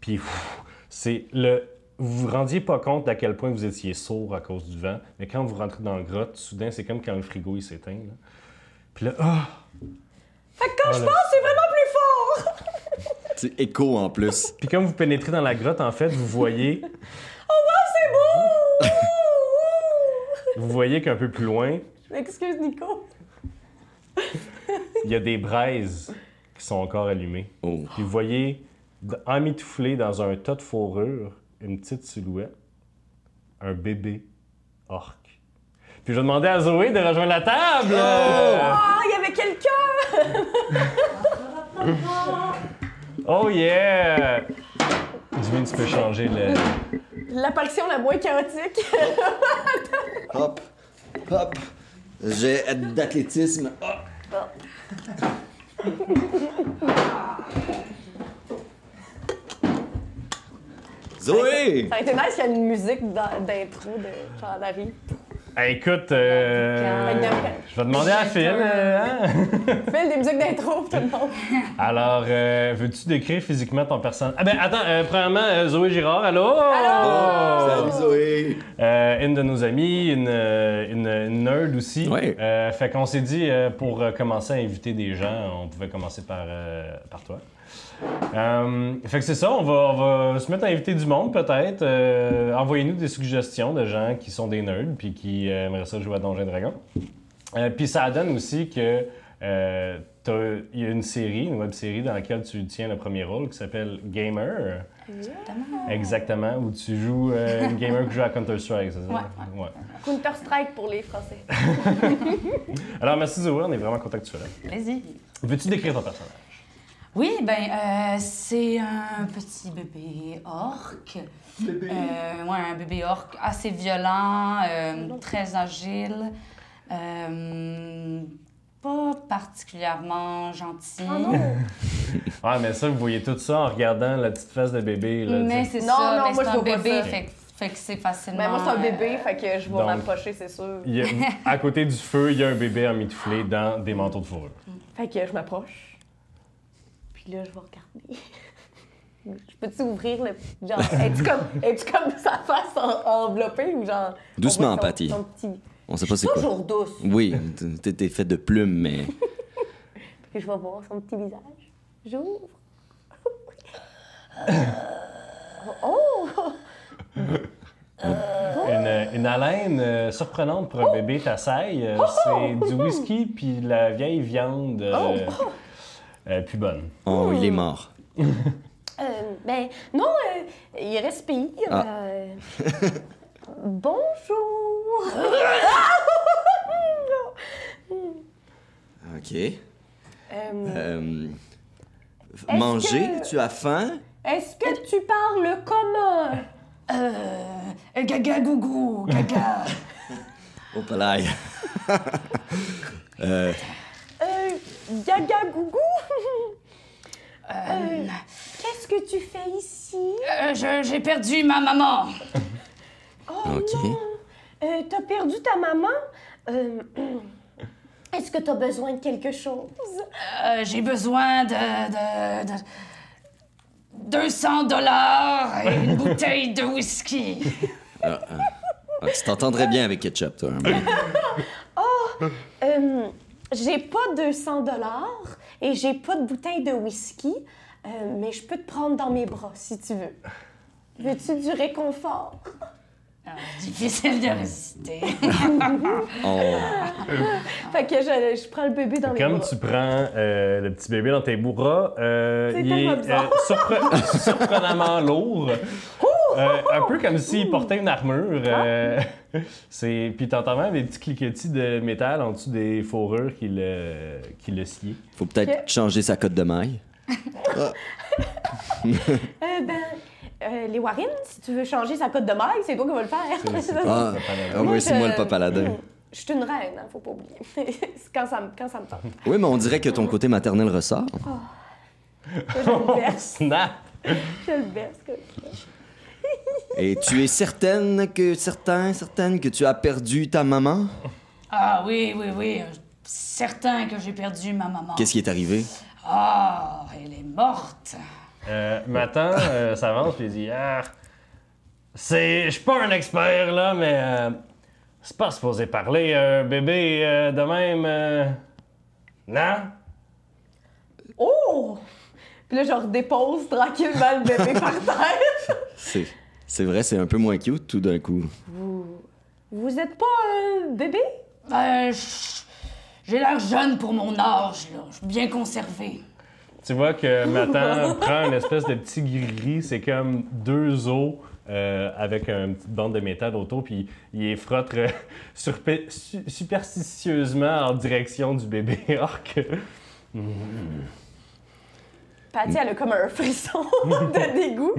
Speaker 2: Puis, pff, c'est le. Vous vous rendiez pas compte à quel point vous étiez sourd à cause du vent, mais quand vous rentrez dans la grotte, soudain, c'est comme quand le frigo il s'éteint. là. Puis là, ah!
Speaker 1: Fait que quand
Speaker 2: Ah,
Speaker 1: je
Speaker 2: le-
Speaker 1: pense, c'est vraiment plus fort!
Speaker 4: C'est écho en plus.
Speaker 2: Puis comme vous pénétrez dans la grotte, en fait, vous voyez,
Speaker 1: Oh, C'est beau!
Speaker 2: vous voyez qu'un peu plus loin,
Speaker 1: Je m'excuse, Nico.
Speaker 2: il y a des braises qui sont encore allumées.
Speaker 4: Oh.
Speaker 2: Puis vous voyez, d- emmitouflé dans un tas de fourrure, une petite silhouette, un bébé orc. Puis je vais demander à Zoé de rejoindre la table! Euh,
Speaker 1: Ah, il y avait quelqu'un!
Speaker 2: Oh, yeah! Divine, tu peux changer le...
Speaker 1: La portion la moins chaotique.
Speaker 4: Hop, hop. J'ai d'athlétisme. Ah. Hop. Zoé!
Speaker 1: Ça a été nice, il y a une musique d'in- d'intro de jean Larry.
Speaker 2: Hey, écoute, euh, je vais demander à Phil. euh, hein?
Speaker 1: Fais des musiques d'intro pour tout le monde.
Speaker 2: Alors, euh, veux-tu décrire physiquement ton personnage? Ah ben, attends, euh, premièrement, euh, Zoé Girard, allô? Allô!
Speaker 4: Salut Zoé!
Speaker 2: Euh, une de nos amies, une, euh, une, une nerd aussi.
Speaker 4: Ouais.
Speaker 2: Euh, fait qu'on s'est dit, euh, pour euh, commencer à inviter des gens, on pouvait commencer par, euh, par toi. Euh, fait que c'est ça, on va, on va se mettre à inviter du monde peut-être. Euh, Envoyez-nous des suggestions de gens qui sont des nerds puis qui euh, aimeraient ça jouer à Donjons et Dragons. Euh, puis ça donne aussi que euh, t'as- il y a une série, une web série dans laquelle tu tiens le premier rôle qui s'appelle Gamer. Exactement, où tu joues euh, une gamer qui joue à Counter-Strike, c'est ça? Ouais.
Speaker 1: Counter-Strike pour les Français.
Speaker 2: Alors, merci Zoé, on est vraiment content que tu sois là.
Speaker 6: Vas-y.
Speaker 2: Veux-tu décrire ton personnage?
Speaker 6: Oui, ben, euh, c'est un petit bébé orc. Euh, ouais, un bébé orc assez violent, euh, très agile, euh, pas particulièrement gentil.
Speaker 1: Ah
Speaker 2: Ah, mais ça, vous voyez tout ça en regardant la petite face de bébé. Là,
Speaker 6: Mais
Speaker 2: tu sais.
Speaker 6: c'est
Speaker 1: Non,
Speaker 6: ça,
Speaker 1: non,
Speaker 6: ben,
Speaker 1: moi,
Speaker 6: c'est
Speaker 1: je
Speaker 6: un
Speaker 1: vois pas
Speaker 6: bébé,
Speaker 1: ça.
Speaker 6: fait, que- fait que c'est facilement.
Speaker 1: Mais Ben, moi, c'est un
Speaker 6: euh,
Speaker 1: bébé, fait que je vais
Speaker 2: donc-
Speaker 1: m'en approcher, c'est sûr.
Speaker 2: Il y a- à côté du feu, il y a un bébé emmitouflé dans des manteaux de fourrure.
Speaker 1: Fait que je m'approche. Puis là, je vais regarder. Je peux-tu ouvrir le. Genre, es-tu comme, es-tu comme sa face en- enveloppée ou genre.
Speaker 4: Doucement,
Speaker 1: on voit son-
Speaker 4: Patty.
Speaker 1: son petit-
Speaker 4: On sait pas c'est quoi.
Speaker 5: Toujours douce.
Speaker 4: Oui, t'es- t'es fait de plumes, mais.
Speaker 1: Puis je vais voir son petit visage. J'ouvre. oh!
Speaker 2: Une, une haleine euh, surprenante pour un bébé tassaille. c'est du whisky puis de la vieille viande. euh, euh, plus bonne.
Speaker 4: Oh, il est mort.
Speaker 1: Euh, ben, non, euh, il respire.
Speaker 4: Ah.
Speaker 1: euh, Bonjour!
Speaker 4: Ok.
Speaker 1: Euh,
Speaker 4: Euh, Manger,
Speaker 1: que-
Speaker 4: tu as faim?
Speaker 1: Est-ce que tu parles commun?
Speaker 6: euh, gaga gougou, gaga.
Speaker 4: Oh, palaille. Euh,
Speaker 1: Euh, gaga gougou?
Speaker 6: Euh,
Speaker 1: Qu'est-ce que tu fais ici?
Speaker 6: euh, je- J'ai perdu ma maman.
Speaker 1: Oh
Speaker 4: ok.
Speaker 1: non! Euh, t'as perdu ta maman? Euh, Est-ce que t'as besoin de quelque chose?
Speaker 6: Euh, j'ai besoin de, de- de 200 dollars et une bouteille de whisky.
Speaker 4: Ah, tu t'entendrais bien avec ketchup, toi. hein, mais-
Speaker 1: Euh, j'ai pas 200 dollars et j'ai pas de bouteille de whisky, euh, mais je peux te prendre dans mes bras si tu veux. Veux-tu du réconfort?
Speaker 6: Ah, difficile de résister.
Speaker 4: Oh,
Speaker 1: Fait que je, je prends le bébé dans mes
Speaker 2: Comme
Speaker 1: bras.
Speaker 2: tu prends euh, le petit bébé dans tes bourras, euh,
Speaker 1: C'est
Speaker 2: il est
Speaker 1: tellement bizarre.
Speaker 2: surpre- surprenamment lourd. Euh, un peu comme s'il portait une armure. euh, c'est Puis t'entends même des petits cliquetis de métal en dessous des fourrures qui le, qui le scient.
Speaker 4: faut peut-être changer sa cote de maille.
Speaker 1: Euh, ben, euh, les Warren, si tu veux changer sa cote de maille, Ah c'est toi qui vas le faire.
Speaker 4: Ah, ah oui, c'est moi le papaladin.
Speaker 1: Je suis une reine, hein, faut pas oublier. C'est quand, ça me, quand ça me tente.
Speaker 4: Oui, mais on dirait que ton côté maternel ressort.
Speaker 1: Je le berce,
Speaker 2: Snap!
Speaker 1: je le berce. comme ça.
Speaker 4: Et tu es certaine que certain, certaine que tu as perdu ta maman
Speaker 6: Ah oui, oui, oui. euh, Certain que j'ai perdu ma maman.
Speaker 4: Qu'est-ce qui est arrivé
Speaker 6: Ah, elle est morte.
Speaker 2: Euh, Matan euh, s'avance et dit Ah, c'est. Je suis pas un expert, là, mais. euh, c'est pas supposé parler à un bébé euh, de même. euh, Non?
Speaker 1: Oh! Puis là, je dépose tranquillement le bébé par terre.
Speaker 4: C'est c'est vrai, c'est un peu moins cute tout d'un coup.
Speaker 1: Vous êtes pas un bébé?
Speaker 6: Ben, je- j'ai l'air jeune pour mon âge, là. Je suis bien conservée.
Speaker 2: Tu vois que Matan prend une espèce de petit gris, c'est comme deux os euh, avec une petite bande de métal autour, puis il les frotte euh, surpe- su- superstitieusement en direction du bébé orc.
Speaker 1: Patty, elle a comme un frisson de dégoût.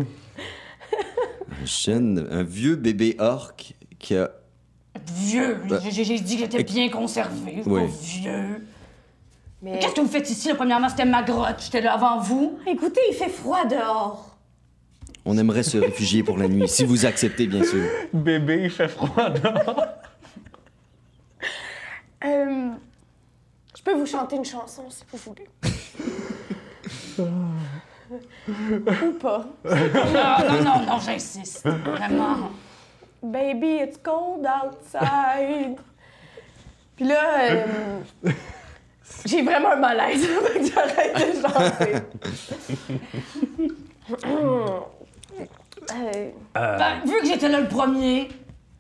Speaker 4: Un chêne, un vieux bébé orc qui a
Speaker 6: Vieux.
Speaker 4: Ben,
Speaker 6: J'ai- J'ai dit que j'étais bien conservée. Je suis
Speaker 4: oui.
Speaker 6: pas vieux.
Speaker 1: Mais
Speaker 6: Qu'est-ce que vous faites ici? Là, premièrement, c'était ma grotte. J'étais là avant vous.
Speaker 5: Écoutez, il fait froid dehors.
Speaker 4: on aimerait se réfugier pour la nuit si vous acceptez bien sûr.
Speaker 2: Bébé, il fait froid dehors.
Speaker 1: euh,
Speaker 5: Je peux vous chanter une chanson si vous voulez.
Speaker 1: ou pas.
Speaker 6: Non, non, non, non, j'insiste. Vraiment.
Speaker 1: Baby, it's cold outside. Puis là, euh, j'ai vraiment un malaise. Fait que J'arrête de chanter.
Speaker 5: Euh,
Speaker 6: Ben, vu que j'étais là le premier,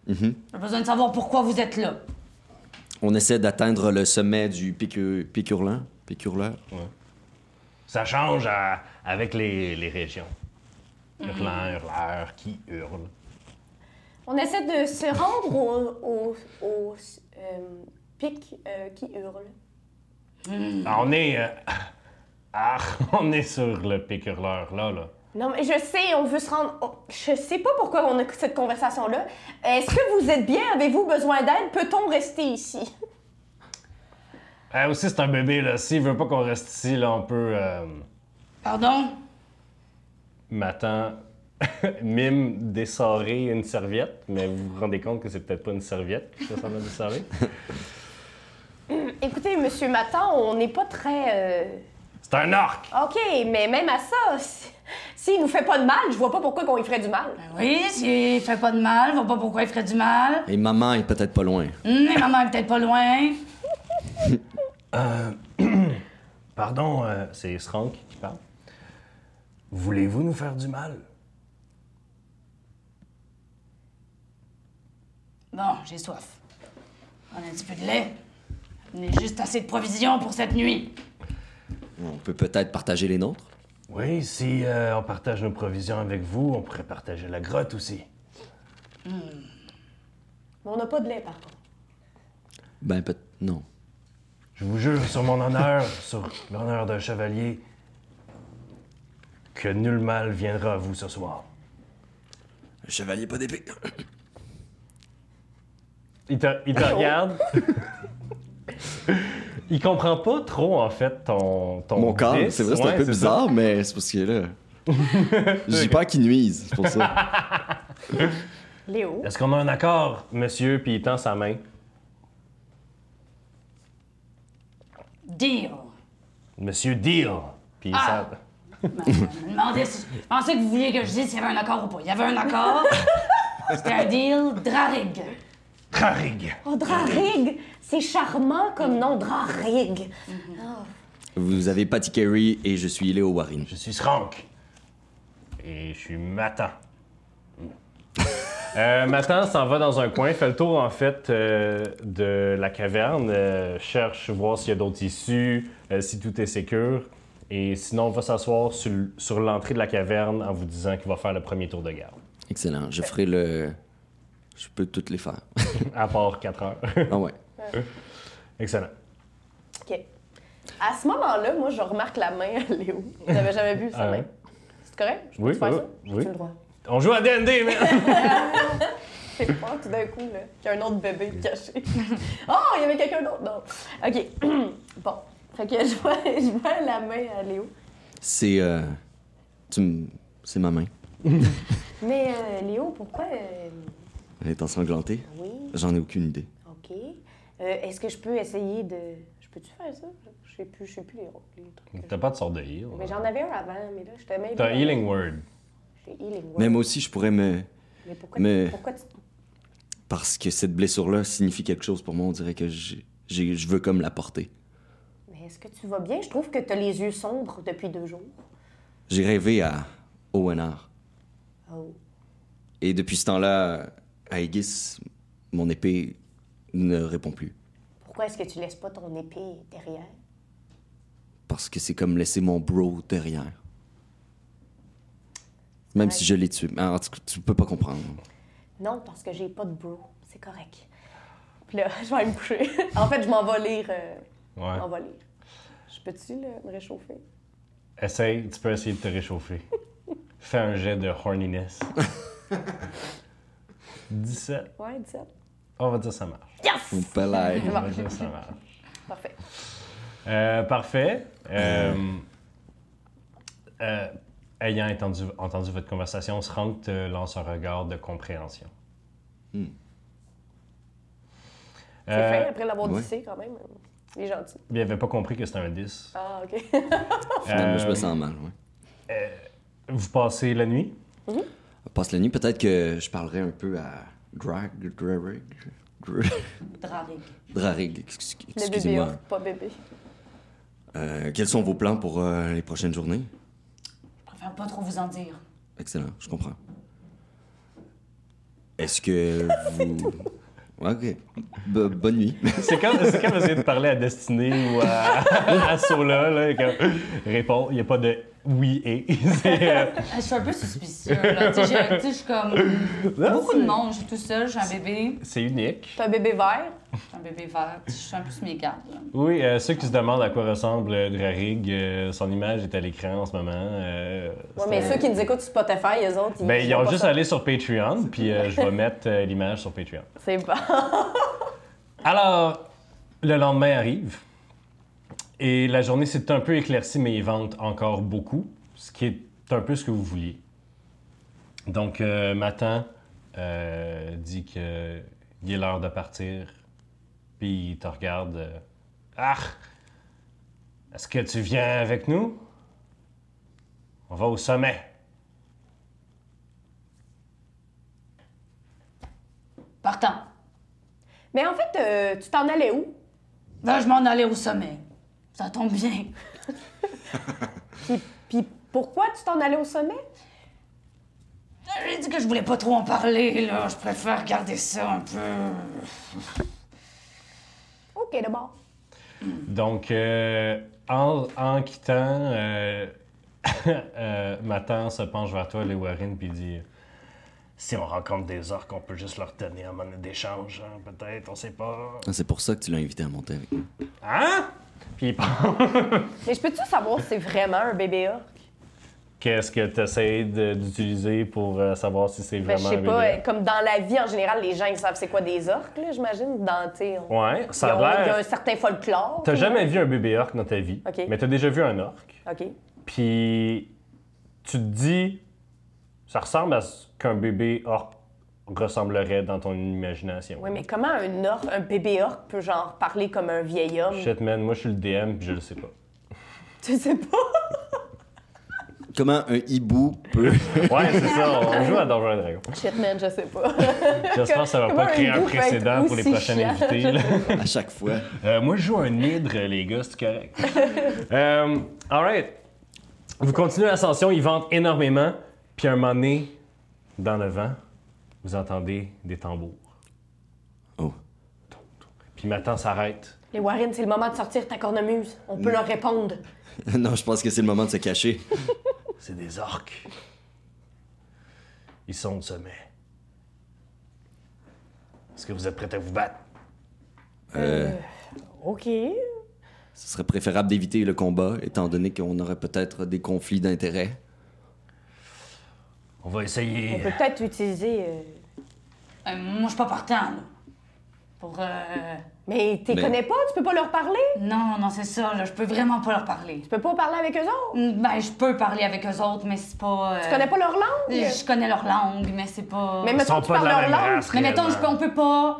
Speaker 6: j'ai besoin de savoir pourquoi vous êtes là.
Speaker 4: On essaie d'atteindre le sommet du piqû- piqûrelin, piqûreleur.
Speaker 2: Ça change à- avec les, les régions. Hurlant, hurleur, qui hurle.
Speaker 5: On essaie de se rendre au, au, au, euh, pic euh, qui hurle.
Speaker 2: Ah, On est. euh, ah, on est sur le pic hurleur, là, là.
Speaker 5: Non, mais je sais, on veut se rendre. au- je sais pas pourquoi on a cette conversation-là. Est-ce que vous êtes bien? Avez-vous besoin d'aide? Peut-on rester ici?
Speaker 2: Ah, aussi, c'est un bébé, là. S'il veut pas qu'on reste ici, là, on peut. euh,
Speaker 6: Pardon?
Speaker 2: M'attend. Mime desserrer une serviette, mais vous vous rendez compte que c'est peut-être pas une serviette qui ressemble à desserrer.
Speaker 5: Écoutez, Monsieur Matan, on n'est pas très. euh,
Speaker 2: C'est un orc!
Speaker 5: OK, mais même à ça, si- s'il nous fait pas de mal, je vois pas pourquoi qu'on lui ferait du mal.
Speaker 6: Ben oui, s'il fait pas de mal, je vois pas pourquoi il ferait du mal.
Speaker 4: Et maman est peut-être pas loin.
Speaker 6: Hum, et maman est peut-être pas loin.
Speaker 2: Pardon, euh, c'est Srank qui parle. Voulez-vous nous faire du mal?
Speaker 6: Bon, j'ai soif. On a un petit peu de lait. On a juste assez de provisions pour cette nuit.
Speaker 4: On peut peut-être partager les nôtres.
Speaker 2: Oui, si euh, on partage nos provisions avec vous, on pourrait partager la grotte aussi.
Speaker 1: Mais on n'a pas de lait, par contre.
Speaker 4: Ben peut non.
Speaker 2: Je vous jure sur mon honneur, sur l'honneur d'un chevalier, que nul mal viendra à vous ce soir.
Speaker 4: Le chevalier pas d'épée.
Speaker 2: Il te, il te regarde. il comprend pas trop, en fait, ton. ton
Speaker 4: Mon corps,
Speaker 2: vice.
Speaker 4: c'est vrai, c'est un
Speaker 2: Ouais,
Speaker 4: peu
Speaker 2: ça.
Speaker 4: bizarre, mais c'est parce qu'il est là. J'ai peur qu'il nuise, c'est pour ça.
Speaker 1: Léo.
Speaker 2: Est-ce qu'on a un accord, monsieur? Puis il tend sa main.
Speaker 6: Deal.
Speaker 2: Monsieur Deal. Puis il
Speaker 6: Ah!
Speaker 2: s'en-
Speaker 6: Ben, je me demandais si- je pensais que vous vouliez que je dise s'il y avait un accord ou pas. Il y avait un accord. C'était un deal. Drarig.
Speaker 2: Trarig.
Speaker 5: Oh, Drarig! C'est charmant comme nom, Drarig!
Speaker 4: Vous avez Patty Carey et je suis Léo Warren.
Speaker 2: Je suis Srank. Et je suis Matan. Euh, Matan s'en va dans un coin, fait le tour en fait euh, de la caverne, euh, cherche voir s'il y a d'autres issues, euh, si tout est sécure, et sinon va s'asseoir sur, l- sur l'entrée de la caverne en vous disant qu'il va faire le premier tour de garde.
Speaker 4: Excellent, je ferai le... Je peux toutes les faire.
Speaker 2: À part 4 heures.
Speaker 4: ah ouais.
Speaker 2: Excellent.
Speaker 1: OK. À ce moment-là, moi, je remarque la main à Léo. J'avais jamais vu sa
Speaker 2: Ah ouais.
Speaker 1: main. C'est correct? Je peux
Speaker 2: Oui,
Speaker 1: faire
Speaker 2: oui,
Speaker 1: ça?
Speaker 2: oui.
Speaker 1: J'ai le droit.
Speaker 2: On joue à D&D, mais...
Speaker 1: sais pas, tout d'un coup, là, qu'il y a un autre bébé caché. oh, il y avait quelqu'un d'autre. Non. OK. bon. Fait que je vois, je vois la main à Léo.
Speaker 4: C'est. euh, tu me- C'est ma main.
Speaker 5: Mais euh, Léo, pourquoi. euh,
Speaker 4: Elle est ensanglantée.
Speaker 5: Oui,
Speaker 4: J'en ai aucune idée.
Speaker 5: OK. Euh, Est-ce que je peux essayer de. Je peux-tu faire ça? Je sais plus, je sais plus les rôles. les trucs que
Speaker 2: T'as pas de sort de heal.
Speaker 5: Mais j'en avais un avant, mais là, je te mets.
Speaker 2: T'as un Healing Word.
Speaker 5: J'ai healing word.
Speaker 4: Mais moi aussi, je pourrais me.
Speaker 5: Mais pourquoi,
Speaker 4: mais-
Speaker 5: pourquoi tu.
Speaker 4: Parce que cette blessure-là signifie quelque chose pour moi. On dirait que j'ai- j'ai- je veux comme la porter.
Speaker 5: Mais est-ce que tu vas bien? Je trouve que t'as les yeux sombres depuis deux jours.
Speaker 4: J'ai rêvé à Owenar.
Speaker 5: Oh.
Speaker 4: Et depuis ce temps-là, à Aegis, mon épée ne répond plus.
Speaker 5: Pourquoi est-ce que tu laisses pas ton épée derrière?
Speaker 4: Parce que c'est comme laisser mon bro derrière. Même si je l'ai tué. Ah, En tout cas, tu peux pas comprendre.
Speaker 5: Non, parce que j'ai pas de bro. C'est correct.
Speaker 1: Puis là, je vais aller me coucher. en fait, je m'en vais lire. euh,
Speaker 2: Ouais.
Speaker 1: m'en vais lire. Je peux-tu là, me réchauffer?
Speaker 2: Essaye, tu peux essayer de te réchauffer. Fais un jet de horniness. 17.
Speaker 1: Ouais, 17.
Speaker 2: On va dire ça marche.
Speaker 1: Yes!
Speaker 4: Ou pas l'air.
Speaker 2: On va dire ça marche.
Speaker 1: Parfait.
Speaker 2: Euh, parfait. Euh, euh, ayant entendu, entendu votre conversation, Srank te lance un regard de compréhension.
Speaker 1: C'est
Speaker 2: Euh,
Speaker 1: fin, après l'avoir
Speaker 4: ouais.
Speaker 1: dissé quand même. Il est gentil.
Speaker 2: il n'avait pas compris que c'était un 10.
Speaker 1: Ah, OK.
Speaker 4: Finalement, je
Speaker 2: Euh,
Speaker 4: me sens mal. ouais.
Speaker 2: Vous passez la nuit?
Speaker 4: On passe la nuit. Peut-être que je parlerai un peu à Drag. Drarig. Dra-
Speaker 5: Drarig.
Speaker 4: Drarig. excuse-
Speaker 1: Le bébé
Speaker 4: Excusez-moi.
Speaker 1: off, pas bébé.
Speaker 4: Euh, quels sont vos plans pour euh, les prochaines journées?
Speaker 6: Je préfère pas trop vous en dire.
Speaker 4: Excellent, je comprends. Est-ce que vous. Ouais, ok. Bo- bonne nuit.
Speaker 2: C'est comme, c'est comme essayer de parler à Destinée ou à, à Sola, là, comme, réponds, il n'y a pas de oui et. C'est, euh,
Speaker 6: Ah, Je suis un peu suspicieuse. là. Tu sais, j'ai- tu sais, je suis comme. Beaucoup de monde, je suis tout seul, j'ai un bébé,
Speaker 2: c'est unique.
Speaker 1: T'as un bébé vert?
Speaker 6: j'ai un bébé vert. Je suis un peu sur mes gardes. là.
Speaker 2: Oui, euh, ceux qui se demandent à quoi ressemble euh, Drarig, euh, son image est à l'écran en ce moment. euh,
Speaker 1: Ouais, mais
Speaker 2: c'est-
Speaker 1: ceux qui nous écoutent sur Spotify, eux autres, ils.
Speaker 2: Ben, ils ont
Speaker 1: pas
Speaker 2: juste
Speaker 1: ça.
Speaker 2: à aller sur Patreon, puis euh, je vais mettre euh, l'image sur Patreon.
Speaker 1: C'est bon.
Speaker 2: Alors, le lendemain arrive et la journée s'est un peu éclaircie, mais il vente encore beaucoup, ce qui est un peu ce que vous vouliez. Donc, euh, Matan euh, dit que il est l'heure de partir, puis il te regarde. euh, ah! Est-ce que tu viens avec nous? On va au sommet.
Speaker 6: Partant.
Speaker 1: Mais en fait, euh, tu t'en allais où?
Speaker 6: Là, je m'en allais au sommet. Ça tombe bien.
Speaker 1: Puis pourquoi tu t'en allais au sommet?
Speaker 6: J'ai dit que je voulais pas trop en parler, là. Je préfère garder ça un peu. Euh,
Speaker 1: OK, d'abord.
Speaker 2: Donc, euh, en, en quittant, euh, euh, ma tante se penche vers toi, les Warren, puis dit Si on rencontre des orques, on peut juste leur donner un monnaie d'échange, hein, peut-être, on sait pas.
Speaker 4: Ah, C'est pour ça que tu l'as invité à monter avec nous.
Speaker 2: Hein Puis il pense
Speaker 1: Mais je peux-tu savoir si c'est vraiment un bébé orc?
Speaker 2: Qu'est-ce que tu essaies d'utiliser pour euh, savoir si c'est
Speaker 1: Ben, je
Speaker 2: vraiment.
Speaker 1: sais
Speaker 2: un
Speaker 1: pas,
Speaker 2: bébé?
Speaker 1: euh, comme dans la vie en général, les gens ils savent c'est quoi des orques, là, j'imagine. Dans, tu sais, on-
Speaker 2: Ouais, ça
Speaker 1: ils ont-
Speaker 2: a
Speaker 1: Il y a un
Speaker 2: l'air.
Speaker 1: certain folklore.
Speaker 2: T'as jamais vu un bébé orc dans ta vie,
Speaker 1: Ok.
Speaker 2: mais t'as déjà vu un orc.
Speaker 1: OK.
Speaker 2: Puis tu te dis, ça ressemble à ce qu'un bébé orc ressemblerait dans ton imagination.
Speaker 1: Oui, mais comment un orc, un bébé orc peut genre parler comme un vieil homme?
Speaker 2: Shit, man, moi je suis le DM puis je le sais pas.
Speaker 1: Tu sais pas?
Speaker 4: Comment un hibou peut.
Speaker 2: Ouais, c'est ça, on joue à Donjons et Dragons.
Speaker 1: Shit, man, je sais pas.
Speaker 2: J'espère que ça va
Speaker 1: Comment
Speaker 2: pas créer
Speaker 1: un
Speaker 2: un
Speaker 1: goût peut être
Speaker 2: précédent pour les
Speaker 1: aussi
Speaker 2: prochains
Speaker 1: chiant?
Speaker 2: invités. là.
Speaker 4: à chaque fois.
Speaker 2: Euh, moi je joue un hydre, les gars, c'est correct. euh, Alright. Vous continuez l'ascension, ils ventent énormément. Puis à un moment donné, dans le vent, vous entendez des tambours.
Speaker 4: Oh.
Speaker 2: Puis Matan s'arrête.
Speaker 1: Les Warren, c'est le moment de sortir ta cornemuse. On
Speaker 2: Mm.
Speaker 1: peut leur répondre.
Speaker 4: non, je pense que c'est le moment de se cacher.
Speaker 2: C'est des orques. Ils sont au sommet. Est-ce que vous êtes prêts à vous battre?
Speaker 4: Euh,
Speaker 1: OK.
Speaker 4: ce serait préférable d'éviter le combat, étant donné qu'on aurait peut-être des conflits d'intérêts.
Speaker 2: On va essayer.
Speaker 1: On peut peut-être utiliser euh,
Speaker 6: Euh, moi, je suis pas partant, là. Pour. euh,
Speaker 5: Mais tu
Speaker 4: Mais-
Speaker 5: connais pas, tu peux pas leur parler?
Speaker 6: Non, non, c'est ça, là. Je peux vraiment pas leur parler.
Speaker 5: Tu peux pas parler avec eux autres?
Speaker 6: Ben, je peux parler avec eux autres, mais c'est pas. euh,
Speaker 5: Tu connais pas leur langue?
Speaker 6: Je connais leur langue, mais c'est pas.
Speaker 5: Mais
Speaker 2: Ils
Speaker 5: mettons
Speaker 2: sont
Speaker 5: que tu
Speaker 2: pas de
Speaker 5: parles
Speaker 2: la
Speaker 5: leur
Speaker 2: même
Speaker 5: langue.
Speaker 2: race.
Speaker 6: Mais mettons, je
Speaker 2: réellement.
Speaker 6: peux- on peut pas.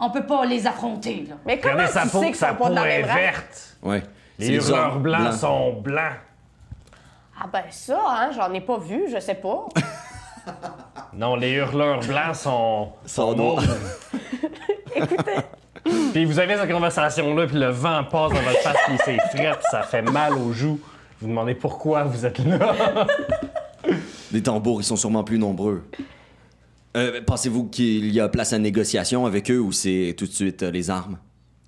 Speaker 6: On peut pas les affronter, là.
Speaker 5: Mais comment
Speaker 2: Regardez
Speaker 5: tu
Speaker 2: sa peau,
Speaker 5: sais qu'ils
Speaker 2: sa
Speaker 5: sont pas
Speaker 2: peau
Speaker 5: de la
Speaker 2: est
Speaker 5: même race?
Speaker 2: verte.
Speaker 4: Ouais. C'est
Speaker 2: Les hurleurs
Speaker 4: hommes
Speaker 2: blancs, sont blancs.
Speaker 5: Ah ben ça, hein, j'en ai pas vu, je sais pas.
Speaker 2: Non, les hurleurs blancs sont.
Speaker 4: sont noirs.
Speaker 2: Puis vous avez cette conversation-là, puis le vent passe dans votre face, puis c'est frette, ça fait mal aux joues. Vous vous demandez pourquoi vous êtes là.
Speaker 4: Les tambours, ils sont sûrement plus nombreux. Euh, Pensez-vous qu'il y a place à négociation avec eux ou c'est tout de suite euh, les armes?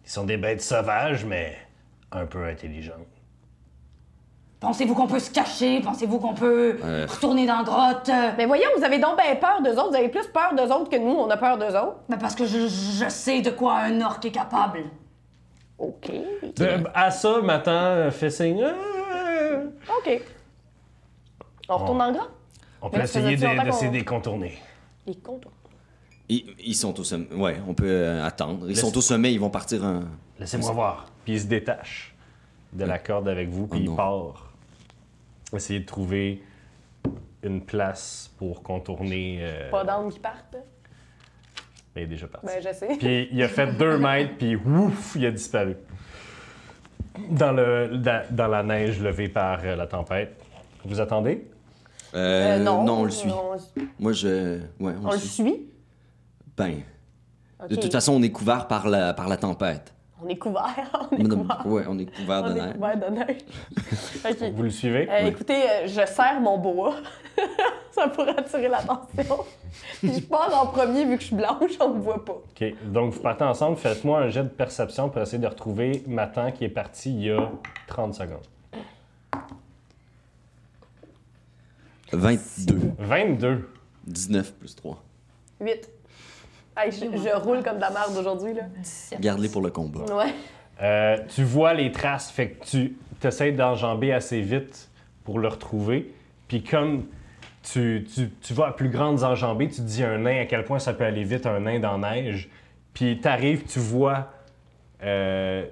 Speaker 2: Ils sont des bêtes sauvages, mais un peu intelligentes.
Speaker 6: Pensez-vous qu'on peut se cacher? Pensez-vous qu'on peut
Speaker 4: Euh.
Speaker 6: retourner dans la grotte? Euh,
Speaker 5: Mais voyons, vous avez donc bien peur d'eux autres, vous avez plus peur d'eux autres que nous, on a peur d'eux autres.
Speaker 6: Ben, parce que je, je sais de quoi un orc est capable.
Speaker 5: OK.
Speaker 2: De- à ça, Matan fait signe. Ah!
Speaker 5: OK. On retourne en grand.
Speaker 2: On
Speaker 5: Mais
Speaker 2: peut
Speaker 5: ça faisait
Speaker 2: essayer de-
Speaker 5: longtemps qu'on-
Speaker 2: d'essayer de les contourner.
Speaker 5: Les contours.
Speaker 4: Ils, ils sont au sommet. Ouais, on peut euh, attendre. Ils sont au sommet, ils vont partir un.
Speaker 2: Laissez-moi voir. Puis il se détache de la corde avec vous, puis
Speaker 4: Oh
Speaker 2: il
Speaker 4: non.
Speaker 2: part. Essayez de trouver une place pour contourner. euh,
Speaker 1: Pas d'âme qui partent.
Speaker 2: Il est déjà parti.
Speaker 1: Ben, je sais.
Speaker 2: Puis il a fait deux mètres, puis ouf, il a disparu. Dans, le, dans, dans la neige levée par euh, la tempête. Vous attendez?
Speaker 4: Euh, non, on le
Speaker 1: euh,
Speaker 4: suit.
Speaker 1: on-
Speaker 4: Moi, je. Ouais, on,
Speaker 1: on
Speaker 4: le
Speaker 1: le
Speaker 4: suit.
Speaker 1: suit.
Speaker 4: Ben. De
Speaker 1: Ok.
Speaker 4: toute façon, on est couvert par la, par la tempête.
Speaker 1: On est couvert. On est
Speaker 4: Non,
Speaker 1: couvert.
Speaker 4: ouais, on est couvert de
Speaker 1: On est
Speaker 4: neige.
Speaker 1: couvert de neige. ben, OK.
Speaker 2: Vous le suivez?
Speaker 1: Euh, Écoutez, euh, je serre mon boa. Ça pourrait attirer l'attention. Puis je parle en premier vu que je suis blanche, on me voit pas.
Speaker 2: OK. Donc, vous partez ensemble. Faites-moi un jet de perception pour essayer de retrouver Matan qui est parti il y a 30 secondes.
Speaker 4: 22.
Speaker 2: 22.
Speaker 4: 19 plus 3.
Speaker 1: 8. je, je roule comme de la merde aujourd'hui, là.
Speaker 4: Garde-les pour le combat.
Speaker 1: Ouais.
Speaker 2: Euh, tu vois les traces, fait que tu essaies d'enjamber assez vite pour le retrouver. Puis comme tu, tu, tu vas à plus grandes enjambées, tu te dis un nain à quel point ça peut aller vite, un nain dans la neige. Puis t'arrives, tu vois euh,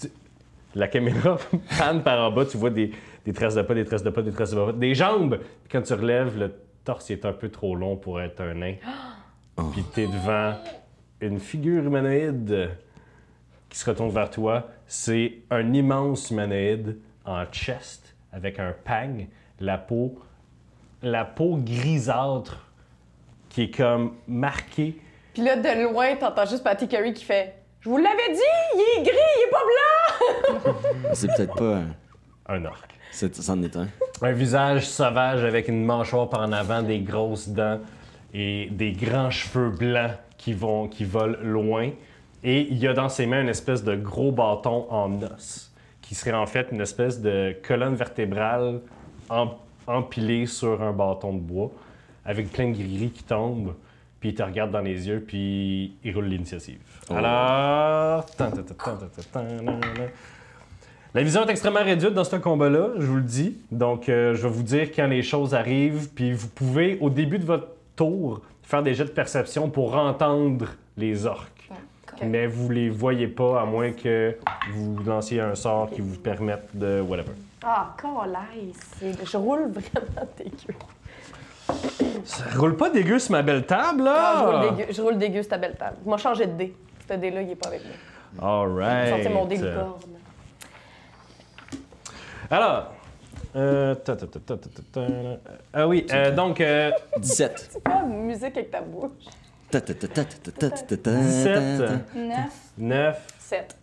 Speaker 2: tu- la caméra panne par en bas, tu vois des, des traces de pas, des traces de pas, des traces de pas, des jambes. Puis quand tu relèves, le torse il est un peu trop long pour être un nain. Puis t'es devant une figure humanoïde qui se retourne vers toi, c'est un immense humanoïde en chest avec un pang, la peau, la peau grisâtre qui est comme marquée.
Speaker 1: Puis là, de loin, t'entends juste Patty Curry qui fait Je vous l'avais dit, il est gris, il est pas blanc!
Speaker 4: C'est peut-être pas. euh,
Speaker 2: Un orc.
Speaker 4: c'est- C'en est un.
Speaker 2: Un visage sauvage avec une mâchoire par en avant, des grosses dents et des grands cheveux blancs qui, vont, qui volent loin. Et il y a dans ses mains une espèce de gros bâton en os, qui serait en fait une espèce de colonne vertébrale em- empilée sur un bâton de bois, avec plein de gris qui tombent. Puis il te regarde dans les yeux, puis il roule l'initiative. Alors. tan, tan, tan, tan, tan, tan, tan, nan, nan. La vision est extrêmement réduite dans ce combat-là, je vous le dis. Donc, euh, je vais vous dire quand les choses arrivent. Puis vous pouvez, au début de votre tour, faire des jets de perception pour entendre les orques. Mais vous les voyez pas, à moins que vous lanciez un sort qui vous permette de whatever.
Speaker 1: Ah, calice! C'est- Je roule vraiment dégueu.
Speaker 2: Ça roule pas dégueu sur ma belle table,
Speaker 1: Ah, je
Speaker 2: là!
Speaker 1: roule dégueu. Je roule dégueu, c'est ta belle table. Moi, changé de dé. Ce dé-là, il est pas avec moi.
Speaker 2: All
Speaker 1: J'ai
Speaker 2: right.
Speaker 1: sorti mon dé licorne.
Speaker 2: Alors... euh, ta, ta, ta, ta, ta, ta, ta, euh, Ah oui, euh, donc... euh,
Speaker 4: 17.
Speaker 1: C'est pas musique avec ta bouche.
Speaker 4: Ta- ta- ta- ta- ta- ta- ta- ta- ta- ta-
Speaker 2: 17,
Speaker 4: ta-
Speaker 6: Neuf.
Speaker 2: 9...
Speaker 1: 7.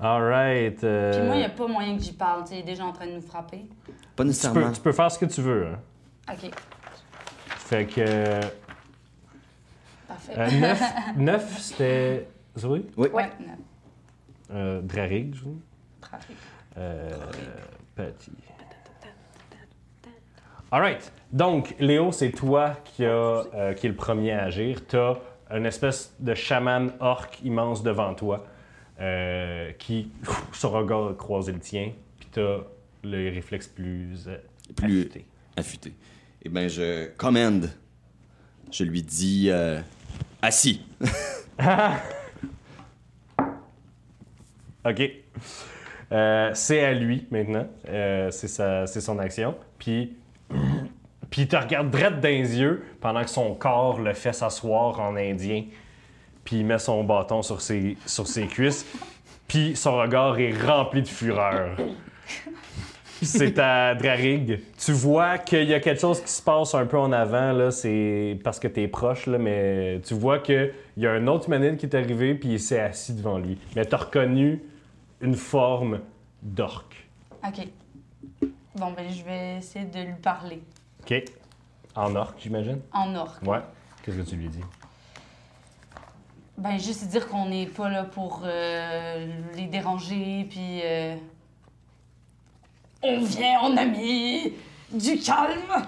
Speaker 2: All right. euh,
Speaker 6: Puis moi, il a pas moyen que j'y parle. tu sais, Il est déjà en train de nous frapper.
Speaker 4: Pas
Speaker 2: tu peux,
Speaker 4: nécessairement.
Speaker 2: tu peux faire ce que tu veux. hein.
Speaker 6: OK,
Speaker 2: Fait que... euh,
Speaker 6: parfait.
Speaker 2: 9, c'était... Zoé?
Speaker 6: Ouais, neuf.
Speaker 2: Euh, Drarig, je vous dis.
Speaker 6: Frappé.
Speaker 2: Euh, Patty. All right. Donc, Léo, c'est toi qui, a, euh, qui est le premier à agir. Tu as une espèce de chaman orc immense devant toi euh, qui, pff, son regard a croisé le tien, puis tu as le réflexe plus, euh,
Speaker 4: Plus- ben,
Speaker 2: affûté.
Speaker 4: affûté. Eh bien, je commande. Je lui dis euh, assis.
Speaker 2: OK. Euh, c'est à lui maintenant. Euh, c'est, sa- c'est son action. Puis, puis il te regarde droit dans les yeux pendant que son corps le fait s'asseoir en indien. Puis il met son bâton sur ses, sur ses cuisses. Puis son regard est rempli de fureur. C'est à Drarig. Tu vois qu'il y a quelque chose qui se passe un peu en avant, là, c'est parce que t'es proche, là, mais tu vois qu'il y a un autre humanide qui est arrivé, puis il s'est assis devant lui. Mais t'as reconnu une forme d'orque.
Speaker 6: Ok. Bon, ben, je vais essayer de lui parler
Speaker 2: OK? En orque, j'imagine?
Speaker 6: en orque.
Speaker 2: Ouais. Qu'est-ce que tu lui dis?
Speaker 6: Ben, juste dire qu'on n'est pas là pour euh, les déranger, puis. euh, On vient en ami! Du calme!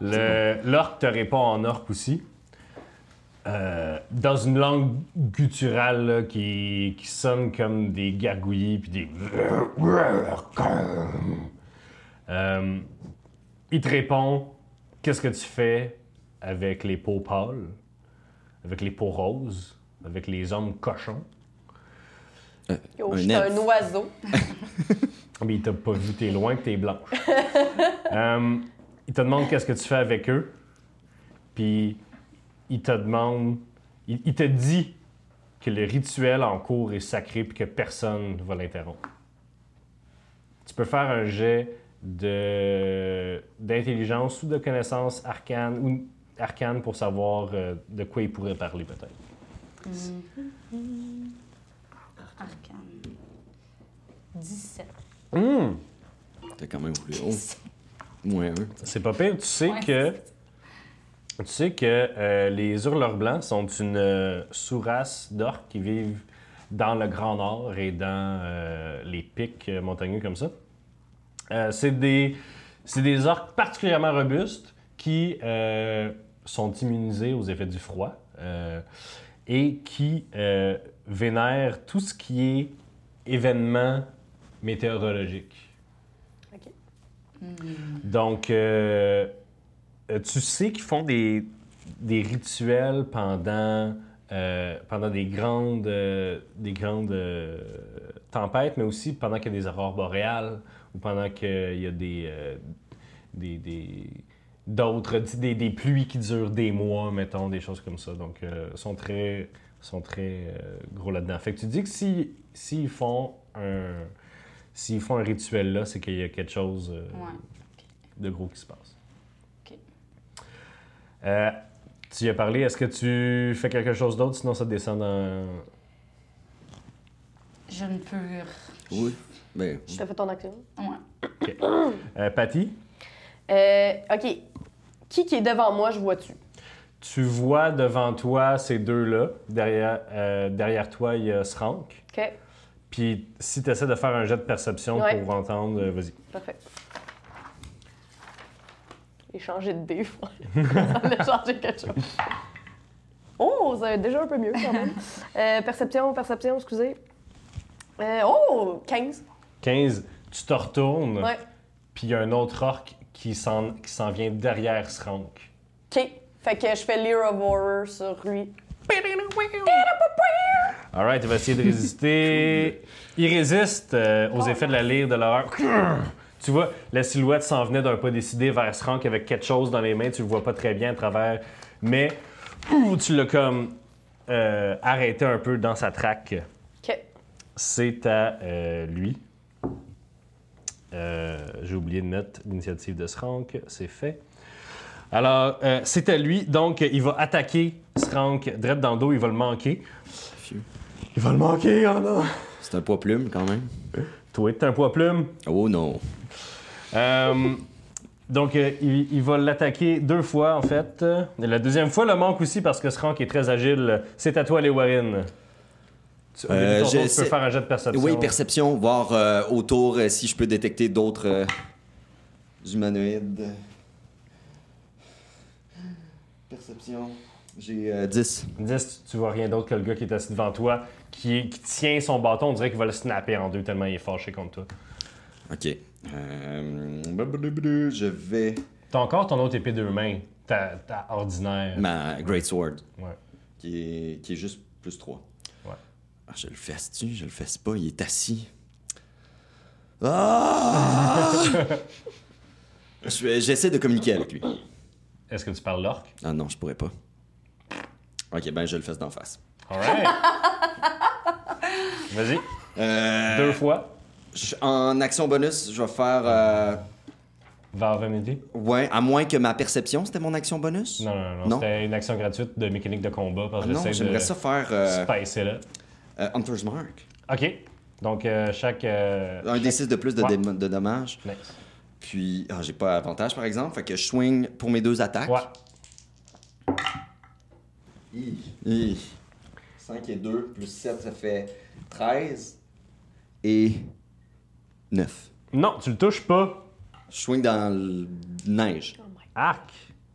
Speaker 2: Le- L'orque te répond en orque aussi. Euh, dans une langue gutturale là, qui, qui sonne comme des gargouillis puis des. Euh, il te répond Qu'est-ce que tu fais avec les peaux pâles, avec les peaux roses, avec les hommes cochons
Speaker 1: Yo,
Speaker 4: Un
Speaker 1: je suis
Speaker 4: elfe.
Speaker 1: un oiseau.
Speaker 2: Mais il t'a pas vu, t'es loin, que t'es blanche. Euh, il te demande qu'est-ce que tu fais avec eux. Puis il te demande, il, il te dit que le rituel en cours est sacré puis que personne ne va l'interrompre. Tu peux faire un jet de d'intelligence ou de connaissance arcane ou arcane pour savoir euh, de quoi il pourrait parler peut-être.
Speaker 6: Arcane. 17.
Speaker 4: T'as quand même roulé haut. Moins un.
Speaker 2: C'est pas pire. Tu sais
Speaker 6: Ouais.
Speaker 2: que. Tu sais que euh, les hurleurs blancs sont une euh, sous-race d'orques qui vivent dans le Grand Nord et dans euh, les pics euh, montagneux comme ça. Euh, c'est des, c'est des orques particulièrement robustes qui euh, sont immunisés aux effets du froid euh, et qui euh, vénèrent tout ce qui est événement météorologique. Donc, euh, euh, tu sais qu'ils font des, des rituels pendant, euh, pendant des grandes, euh, des grandes euh, tempêtes, mais aussi pendant qu'il y a des aurores boréales ou pendant qu'il y a des, euh, des, des- d'autres, des, des pluies qui durent des mois, mettons, des choses comme ça. Donc, euh, sont très, sont très euh, gros là-dedans. Fait que tu dis que si- s'ils font un... S'ils font un rituel là, c'est qu'il y a quelque chose euh,
Speaker 6: Ouais.
Speaker 2: de gros qui se passe.
Speaker 6: OK.
Speaker 2: Euh, tu y as parlé, est-ce que tu fais quelque chose d'autre, sinon ça descend dans...
Speaker 6: Je ne peux. r-
Speaker 4: Oui. Ben,
Speaker 5: Je te fais ton action.
Speaker 6: Ouais.
Speaker 2: Euh, Patty,
Speaker 1: Euh, OK. Qui qui est devant moi, je vois-tu?
Speaker 2: tu vois devant toi ces deux-là. Derrière, euh, derrière toi, il y a Srank.
Speaker 1: OK.
Speaker 2: Puis si tu essaies de faire un jet de perception
Speaker 1: Ouais.
Speaker 2: pour entendre, euh, vas-y.
Speaker 1: Parfait. J'ai changé de dé. On a changé quelque chose. Oh, c'est déjà un peu mieux quand même. Euh, perception, perception, excusez. Euh, oh, 15.
Speaker 2: 15, tu te retournes,
Speaker 1: Ouais.
Speaker 2: puis il y a un autre orc qui s'en qui s'en vient derrière Srank.
Speaker 1: OK. Fait que je fais Lear of Horror sur lui.
Speaker 2: All right, il va essayer de résister. Il résiste euh, aux effets de la lyre de l'horreur. Tu vois, la silhouette s'en venait d'un pas décidé vers Srank avec quelque chose dans les mains. Tu le vois pas très bien à travers. Mais ouh, tu l'as comme euh, arrêté un peu dans sa traque.
Speaker 1: OK.
Speaker 2: C'est à euh, lui. Euh, J'ai oublié de mettre l'initiative de Srank. C'est fait. Alors, euh, c'est à lui. Donc, il va attaquer Srank direct dans le dos. Il va le manquer.
Speaker 4: fieu.
Speaker 2: Il va le manquer, oh non!
Speaker 4: c'est un poids plume quand même.
Speaker 2: Toi, t'es un poids plume.
Speaker 4: Oh non.
Speaker 2: Euh, donc, euh, il, il va l'attaquer deux fois, en fait. Euh, La deuxième fois, le manque aussi parce que ce rank est très agile. C'est à toi, les Warren. Tu, au début de
Speaker 4: Euh,
Speaker 2: ton tour, tu
Speaker 4: j'essaie-
Speaker 2: peux faire un jet de perception.
Speaker 4: Oui, perception, voir euh, autour euh, si je peux détecter d'autres euh, humanoïdes. Perception, j'ai euh, 10.
Speaker 2: 10, tu vois rien d'autre que le gars qui est assis devant toi, qui, est- qui tient son bâton. On dirait qu'il va le snapper en deux tellement il est fâché contre toi.
Speaker 4: Ok. Euh, blablabla, je vais.
Speaker 2: T'as encore ton autre épée deux mains. Ta, ta ordinaire.
Speaker 4: Ma Great Sword.
Speaker 2: Ouais.
Speaker 4: qui est, qui est juste plus 3.
Speaker 2: Ouais.
Speaker 4: Ah, je le fesse-tu? Je le fesse pas. Il est assis. Ah! Je vais- J'essaie de communiquer avec lui.
Speaker 2: Est-ce que tu parles l'orque?
Speaker 4: Ah non, je pourrais pas. Ok, ben je le fesse d'en face.
Speaker 2: Alright! Vas-y,
Speaker 4: Euh,
Speaker 2: deux fois.
Speaker 4: je- en action bonus, je vais faire. euh,
Speaker 2: Vers Remedy?
Speaker 4: ouais, à moins que ma perception, c'était mon action bonus?
Speaker 2: Non, non, non.
Speaker 4: Non.
Speaker 2: C'était une action gratuite de mécanique de combat parce
Speaker 4: Ah
Speaker 2: que
Speaker 4: non,
Speaker 2: j'essaie
Speaker 4: j'aimerais
Speaker 2: de
Speaker 4: ça faire euh,
Speaker 2: spicer là.
Speaker 4: euh, Hunter's Mark.
Speaker 2: OK. Donc, euh, chaque... euh,
Speaker 4: Un D6 de plus de,
Speaker 2: Ouais.
Speaker 4: dé- de dommages.
Speaker 2: nice.
Speaker 4: Puis, ah, j'ai pas avantage par exemple, fait que je swing pour mes deux attaques.
Speaker 2: Ouais.
Speaker 4: 5 et 2 plus 7, ça fait 13 et 9.
Speaker 2: Non, tu le touches pas.
Speaker 4: Je swing dans la neige.
Speaker 2: Arc!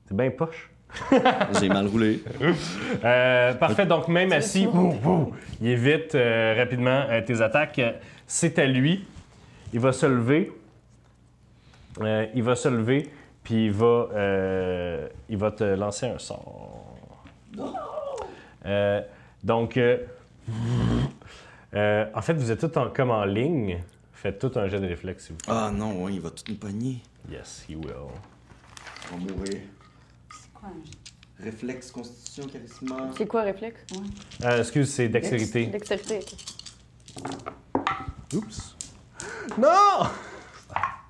Speaker 2: C'est bien poche.
Speaker 4: J'ai mal roulé.
Speaker 2: Euh, parfait, donc même assis, ouh, ouh, il évite euh, rapidement euh, tes attaques. Euh, C'est à lui. Il va se lever. Euh, il va se lever, puis il va, euh, il va te lancer un sort. Euh, donc, euh, euh, en fait, vous êtes tous en- comme en ligne. Faites tout un jet de réflexe, s'il vous
Speaker 4: Ah non, ouais, il va tout nous pogner.
Speaker 2: plaît. Yes, he will.
Speaker 4: On va mourir.
Speaker 6: C'est quoi un jet?
Speaker 4: Réflexe, constitution, charisme.
Speaker 1: C'est quoi réflexe?
Speaker 2: Euh, excuse, c'est dextérité.
Speaker 1: Dextérité. ok.
Speaker 2: Oups. Non!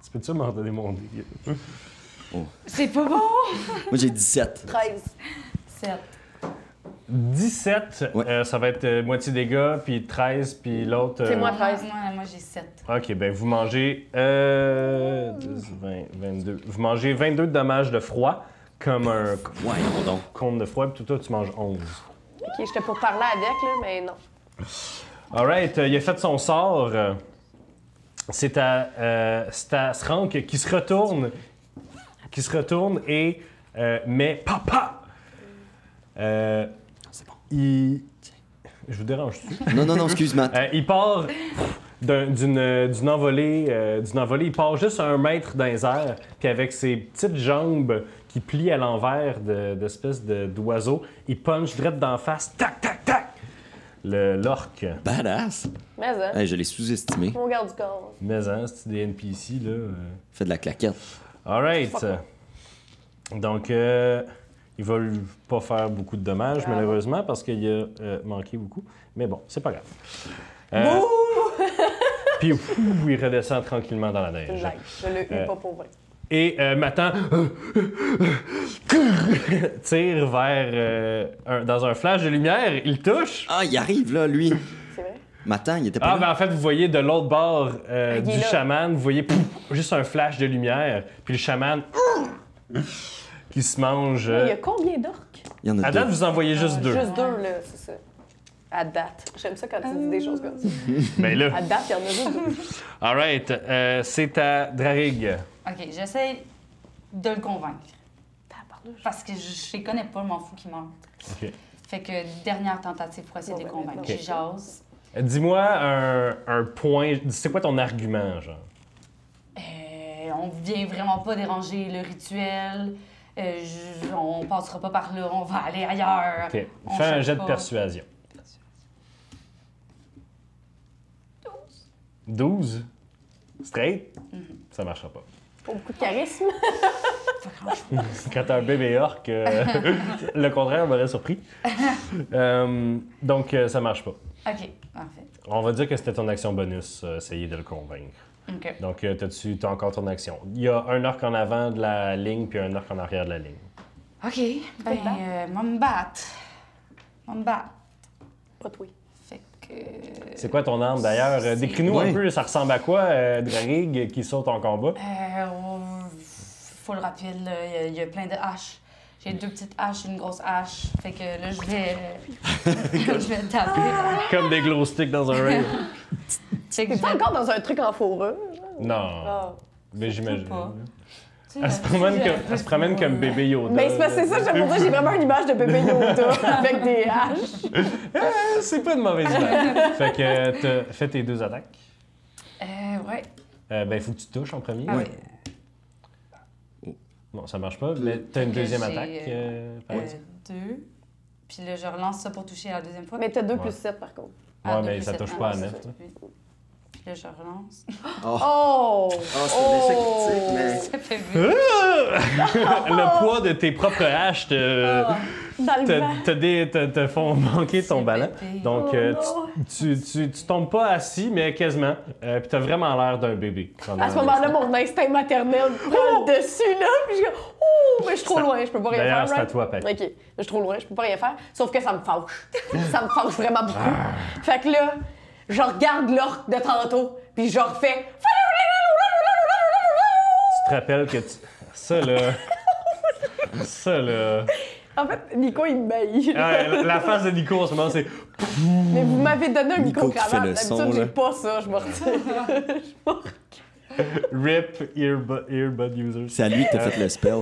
Speaker 2: Tu peux-tu m'en donner mon dé?
Speaker 6: C'est pas bon!
Speaker 4: Moi j'ai 17.
Speaker 1: 13.
Speaker 6: 7.
Speaker 2: 17,
Speaker 4: Ouais.
Speaker 2: euh, ça va être euh, moitié dégâts, puis 13, puis l'autre. euh,
Speaker 1: C'est moi.
Speaker 6: Moi,
Speaker 1: 13.
Speaker 6: moi, moi, j'ai 7.
Speaker 2: Ok, ben vous mangez. Euh, 10, 20, 22. Vous mangez 22 de dommages de froid, comme un
Speaker 4: Ouais, non, donc.
Speaker 2: compte de froid, puis toi, tu manges 11.
Speaker 1: Ok, j'étais pour parler avec, là, mais non.
Speaker 2: Alright, euh, il a fait son sort. euh, C'est à, euh, c'est à Srank qui se retourne. Qui se retourne et. euh, mais papa! Euh,
Speaker 4: C'est bon.
Speaker 2: il. Je vous dérange
Speaker 4: Non, non, non, excuse moi
Speaker 2: Euh, il part d'un- d'une euh, d'une envolée, euh, d'une envolée. Il part juste un mètre dans les airs, puis avec ses petites jambes qui plient à l'envers de- d'espèces de- d'oiseaux, il punch direct d'en face. Tac, tac, tac! Le- L'orque.
Speaker 4: Badass.
Speaker 1: Mais hein,
Speaker 4: Hey, je l'ai sous-estimé.
Speaker 1: mon garde du corps.
Speaker 2: Mais hein, c'est des NPC, là. euh.
Speaker 4: Fait de la claquette.
Speaker 2: Alright. Donc, euh, il va lui pas faire beaucoup de dommages, malheureusement, parce qu'il a euh, manqué beaucoup. Mais bon, c'est pas grave. Euh, Puis, ouf, il redescend tranquillement dans la
Speaker 1: Une
Speaker 2: neige.
Speaker 1: blague. Je l'ai eu
Speaker 2: Euh,
Speaker 1: pas pour vrai.
Speaker 2: Et euh, Matan tire vers. euh, un- dans un flash de lumière, il touche.
Speaker 4: Ah, il arrive là, lui.
Speaker 1: C'est vrai?
Speaker 4: Matin, il était pas
Speaker 2: Ah,
Speaker 4: là.
Speaker 2: ben en fait, vous voyez de l'autre bord euh,
Speaker 1: Ah, Il est
Speaker 2: du
Speaker 1: là.
Speaker 2: chaman, vous voyez pouf, juste un flash de lumière, puis le chaman qui se mange.
Speaker 1: Ah! Il y
Speaker 2: euh,
Speaker 1: a combien d'orques?
Speaker 4: Il y en a
Speaker 2: À date,
Speaker 4: deux.
Speaker 2: vous en voyez juste deux.
Speaker 1: Juste deux, là, c'est ça. À date. J'aime ça quand tu dis des choses comme ça.
Speaker 2: Mais Ben là.
Speaker 1: À date, il y en a juste deux.
Speaker 2: Alright, euh, c'est à Drarig.
Speaker 6: Ok, j'essaie de le convaincre.
Speaker 1: Tabarnouche.
Speaker 6: Parce que je, je les connais pas, je m'en fous qu'ils meurent.
Speaker 2: Ok.
Speaker 6: Fait que dernière tentative pour essayer de les
Speaker 1: Bon, ben,
Speaker 6: convaincre.
Speaker 1: maintenant,
Speaker 6: Je jase.
Speaker 2: Dis-moi un, un point. C'est quoi ton argument, genre?
Speaker 6: Euh, on vient vraiment pas déranger le rituel. Euh, je- on passera pas par là, on va aller ailleurs.
Speaker 2: Ok.
Speaker 6: Euh, On
Speaker 2: Fais un
Speaker 6: cherche
Speaker 2: jet de
Speaker 6: pas.
Speaker 2: persuasion. 12. 12? Straight?
Speaker 6: Mhm.
Speaker 2: Ça marchera pas.
Speaker 1: Pas beaucoup de charisme.
Speaker 2: Quand t'as un bébé orc, euh, le contraire m'aurait surpris. Euh, donc, euh, ça marche pas.
Speaker 6: Ok, parfait.
Speaker 2: On va dire que c'était ton action bonus, euh, essayer de le convaincre.
Speaker 6: Ok.
Speaker 2: Donc, euh, t'as-tu- t'as encore ton action. Il y a un orc en avant de la ligne, puis un orc en arrière de la ligne.
Speaker 6: Ok, ben,
Speaker 1: te battre?
Speaker 6: euh, moi me battre. Moi me battre.
Speaker 1: Pas toi.
Speaker 6: Fait que.
Speaker 2: C'est quoi ton arme d'ailleurs? Euh, Décris-nous un
Speaker 4: Ouais.
Speaker 2: peu, ça ressemble à quoi, euh, Drarig, qui saute en combat?
Speaker 6: Euh, on- full rapide, là. Il y a- il y, a plein de haches. J'ai deux petites haches, une grosse hache. Fait que là, je vais. euh, je vais taper.
Speaker 2: Comme des glow sticks dans un rail.
Speaker 6: Fait que
Speaker 1: T'es
Speaker 6: je
Speaker 1: pas
Speaker 6: vais.
Speaker 1: encore dans un truc en fourrure?
Speaker 2: Non.
Speaker 1: Ah.
Speaker 2: Mais j'imagine.
Speaker 6: pas.
Speaker 2: Elle se promène comme, elle se promène comme bébé Yoda.
Speaker 1: Ben, c'est parce que c'est ça, j'aime pour ça, j'ai vraiment une image de bébé Yoda avec des haches.
Speaker 2: C'est pas une mauvaise idée. fait que euh, t'as- fais tes deux attaques.
Speaker 6: Euh, ouais.
Speaker 2: Euh, ben, il faut que tu touches en premier.
Speaker 6: Ah oui.
Speaker 2: Non, ça marche pas. Mais t'as une
Speaker 6: Que
Speaker 2: deuxième
Speaker 6: j'ai,
Speaker 2: attaque.
Speaker 6: euh,
Speaker 2: euh, par
Speaker 6: Euh,
Speaker 2: exemple.
Speaker 6: deux. Puis là, je relance ça pour toucher la deuxième fois.
Speaker 1: Mais t'as 2
Speaker 2: Ouais.
Speaker 1: plus 7 par contre.
Speaker 6: Ah,
Speaker 2: Ouais,
Speaker 6: deux
Speaker 2: mais
Speaker 6: plus
Speaker 2: ça
Speaker 6: sept,
Speaker 2: touche
Speaker 6: ah,
Speaker 2: pas à
Speaker 6: c'est
Speaker 2: neuf,
Speaker 6: ça.
Speaker 2: toi.
Speaker 6: Puis là, je relance.
Speaker 1: Oh!
Speaker 4: Ah, c'est un échec critique, mais-
Speaker 6: Ça fait
Speaker 2: Hein?
Speaker 6: huit.
Speaker 2: Ah! le poids de tes propres haches
Speaker 1: Ah!
Speaker 2: te,
Speaker 1: Dans le
Speaker 2: te-
Speaker 1: vent.
Speaker 2: te dé- te- te font manquer ton
Speaker 6: C'est
Speaker 2: ballon.
Speaker 6: pété.
Speaker 2: Donc,
Speaker 1: Oh
Speaker 2: euh,
Speaker 1: non.
Speaker 2: tu, tu- tu- tu tombes pas assis, mais quasiment. Euh, Puis t'as vraiment l'air d'un bébé.
Speaker 1: À ce moment-là, mon instinct maternel
Speaker 2: Oh!
Speaker 1: prend le dessus, là, puis je Oh, mais je suis trop loin, je peux pas rien
Speaker 2: D'ailleurs,
Speaker 1: faire.
Speaker 2: c'est à
Speaker 1: right?
Speaker 2: toi, Patty.
Speaker 1: Ok, je suis trop loin, je peux pas rien faire. Sauf que ça me fâche. ça me fâche vraiment
Speaker 2: Ah.
Speaker 1: beaucoup. fait que là, je regarde l'orque de tantôt, puis je refais.
Speaker 2: Tu te rappelles que tu... Ça, là... Ça, là...
Speaker 1: En fait, Nico, il me maille.
Speaker 2: Ah, la- la face de Nico, en ce moment, c'est...
Speaker 1: Mais vous m'avez donné un
Speaker 4: Nico qui fait
Speaker 1: micro-cravate.
Speaker 4: le son,
Speaker 1: D'habitude,
Speaker 4: là.
Speaker 1: j'ai pas ça, je me retire.
Speaker 2: RIP Earbud, earbud User.
Speaker 4: C'est à lui que t'as fait le spell.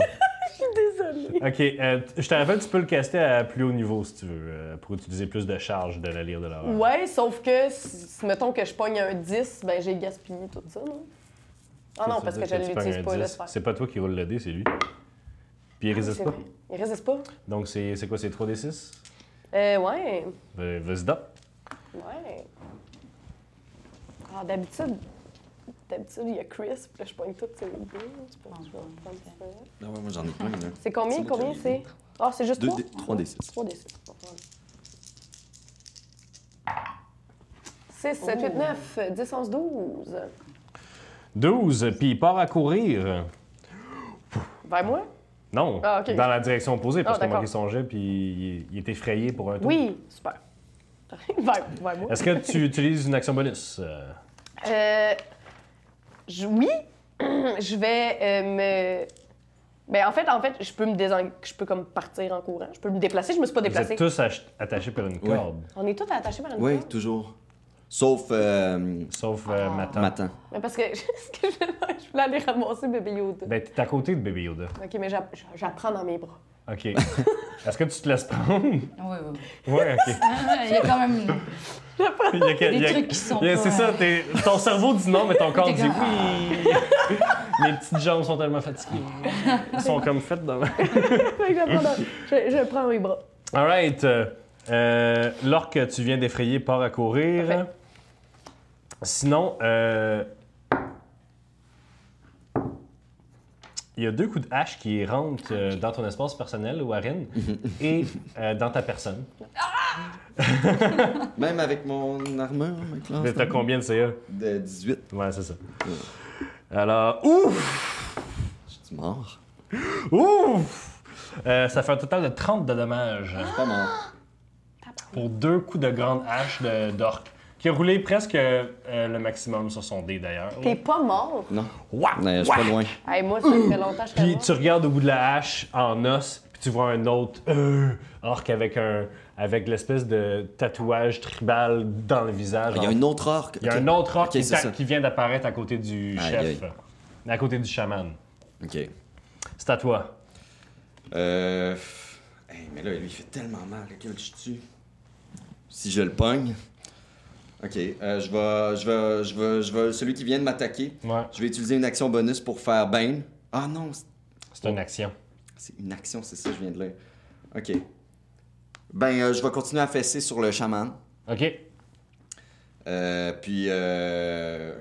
Speaker 2: OK, euh, t- je te rappelle, tu peux le caster à plus haut niveau, si tu veux, euh, pour utiliser plus de charge de la lire de l'horreur.
Speaker 1: Ouais, sauf que si, si mettons que je pogne un 10, ben j'ai gaspillé tout ça, non? Ah non,
Speaker 2: Ça
Speaker 1: parce
Speaker 2: veut
Speaker 1: que je
Speaker 2: dire
Speaker 1: ne
Speaker 2: tu pognes
Speaker 1: l'utilise
Speaker 2: un
Speaker 1: pas,
Speaker 2: 10.
Speaker 1: laisse faire.
Speaker 2: C'est pas toi qui roule le dé, c'est lui. Puis il résiste
Speaker 1: C'est
Speaker 2: pas.
Speaker 1: vrai. Il résiste pas?
Speaker 2: Donc, c'est c'est quoi, c'est 3d6?
Speaker 1: Euh, ouais,
Speaker 2: Euh, Vas-y, donc.
Speaker 1: ouais. Ah, d'habitude, d'habitude, il y a Chris, puis là, je pogne tout, c'est le deux. Tu penses que je vais en prendre différents?
Speaker 4: Non, ouais, moi j'en ai plein, là.
Speaker 1: C'est combien,
Speaker 4: C'est moi qui
Speaker 1: combien
Speaker 4: ai
Speaker 1: c'est? Ah, c'est juste
Speaker 4: Deux
Speaker 1: trois?
Speaker 4: dé- trois des six.
Speaker 1: 3 des 6. 6, 7, 8, 9, 10, 11, 12.
Speaker 2: 12, puis il part à courir.
Speaker 1: Vers moi?
Speaker 2: Non,
Speaker 1: Ah, ok.
Speaker 2: dans la direction opposée, parce
Speaker 1: Ah,
Speaker 2: qu'il a
Speaker 1: d'accord.
Speaker 2: manqué son jet, puis il, il est effrayé pour un tour.
Speaker 1: Oui, super. vers, vers moi.
Speaker 2: Est-ce que tu utilises une action bonus? euh?
Speaker 1: Euh, je- oui, je vais euh, me. Ben en fait, en fait, je peux me désen... je peux comme partir en courant. Je peux me déplacer. Je me suis pas
Speaker 2: Vous
Speaker 1: déplacée.
Speaker 2: êtes tous ach- attachés par une
Speaker 4: Ouais.
Speaker 2: corde,
Speaker 1: On est tous attachés par une
Speaker 4: Oui,
Speaker 1: corde.
Speaker 4: toujours. Sauf euh,
Speaker 2: sauf euh, Matan.
Speaker 4: Matin.
Speaker 1: Mais parce que ce que je vais faire, je voulais aller ramasser bébé Yoda.
Speaker 2: Ben, t'es à côté de Baby Yoda.
Speaker 1: Ok, mais j'app- j'apprends dans mes bras.
Speaker 2: OK. Est-ce que tu te laisses prendre?
Speaker 6: Oui, oui, oui.
Speaker 2: Ouais, OK.
Speaker 6: Ah, Il y a quand même
Speaker 2: Il y a que-
Speaker 6: des
Speaker 2: il y a-
Speaker 6: trucs qui sont
Speaker 2: il y a-
Speaker 6: pas- euh,
Speaker 2: C'est ça, t'es- ton cerveau dit non, mais ton corps
Speaker 6: T'es
Speaker 2: dit
Speaker 6: comme,
Speaker 2: oui. Mes petites jambes sont tellement fatiguées. Elles sont comme faites dans...
Speaker 1: Fait que j'apprends dans- je, je prends mes bras.
Speaker 2: All right. euh, euh, L'orque, tu viens d'effrayer, part à courir.
Speaker 1: Parfait.
Speaker 2: Sinon, euh, il y a deux coups de hache qui rentrent
Speaker 1: Ah,
Speaker 2: euh, dans ton espace personnel, Warren, et euh, dans ta personne.
Speaker 4: Même avec mon armure, ma classe.
Speaker 2: Mais T'as combien de CA?
Speaker 4: De 18,
Speaker 2: Ouais, c'est ça. Alors, ouf!
Speaker 4: je suis mort.
Speaker 2: Ouf! Euh, ça fait un total de 30 de dommages
Speaker 1: Ah!
Speaker 4: Je suis pas mort.
Speaker 2: pour deux coups de grande hache de- d'orque, qui a roulé presque euh, le maximum sur son dé d'ailleurs.
Speaker 1: T'es pas mort.
Speaker 4: Non.
Speaker 2: Ouah!
Speaker 4: Mais je suis pas
Speaker 2: Ouah!
Speaker 4: loin.
Speaker 1: Hey, moi, ça fait longtemps que je
Speaker 2: Puis
Speaker 1: suis
Speaker 2: tu regardes au bout de la hache en os, puis tu vois un autre euh, orc avec un avec l'espèce de tatouage tribal dans le visage.
Speaker 4: Il y a une autre orque.
Speaker 2: Ah. Il y a
Speaker 4: Ok.
Speaker 2: un autre orc
Speaker 4: Ok,
Speaker 2: qui,
Speaker 4: c'est
Speaker 2: t'a-
Speaker 4: ça.
Speaker 2: qui vient d'apparaître à côté du
Speaker 4: Aïe,
Speaker 2: chef, à côté du chaman.
Speaker 4: Ok.
Speaker 2: C'est à toi.
Speaker 4: Euh. hey, mais là, lui, il fait tellement mal. Quelqu'un le tue. Si je le pogne. Ok, euh, je vais. Je vais. Je vais. Je vais. Celui qui vient de m'attaquer.
Speaker 2: Ouais,
Speaker 4: Je vais utiliser une action bonus pour faire Bane. Ah non, c'est-
Speaker 2: c'est une action.
Speaker 4: c'est une action, c'est ça que je viens de lire. Ok. Ben, euh, je vais continuer à fesser sur le chaman.
Speaker 2: OK.
Speaker 4: Euh, puis. euh,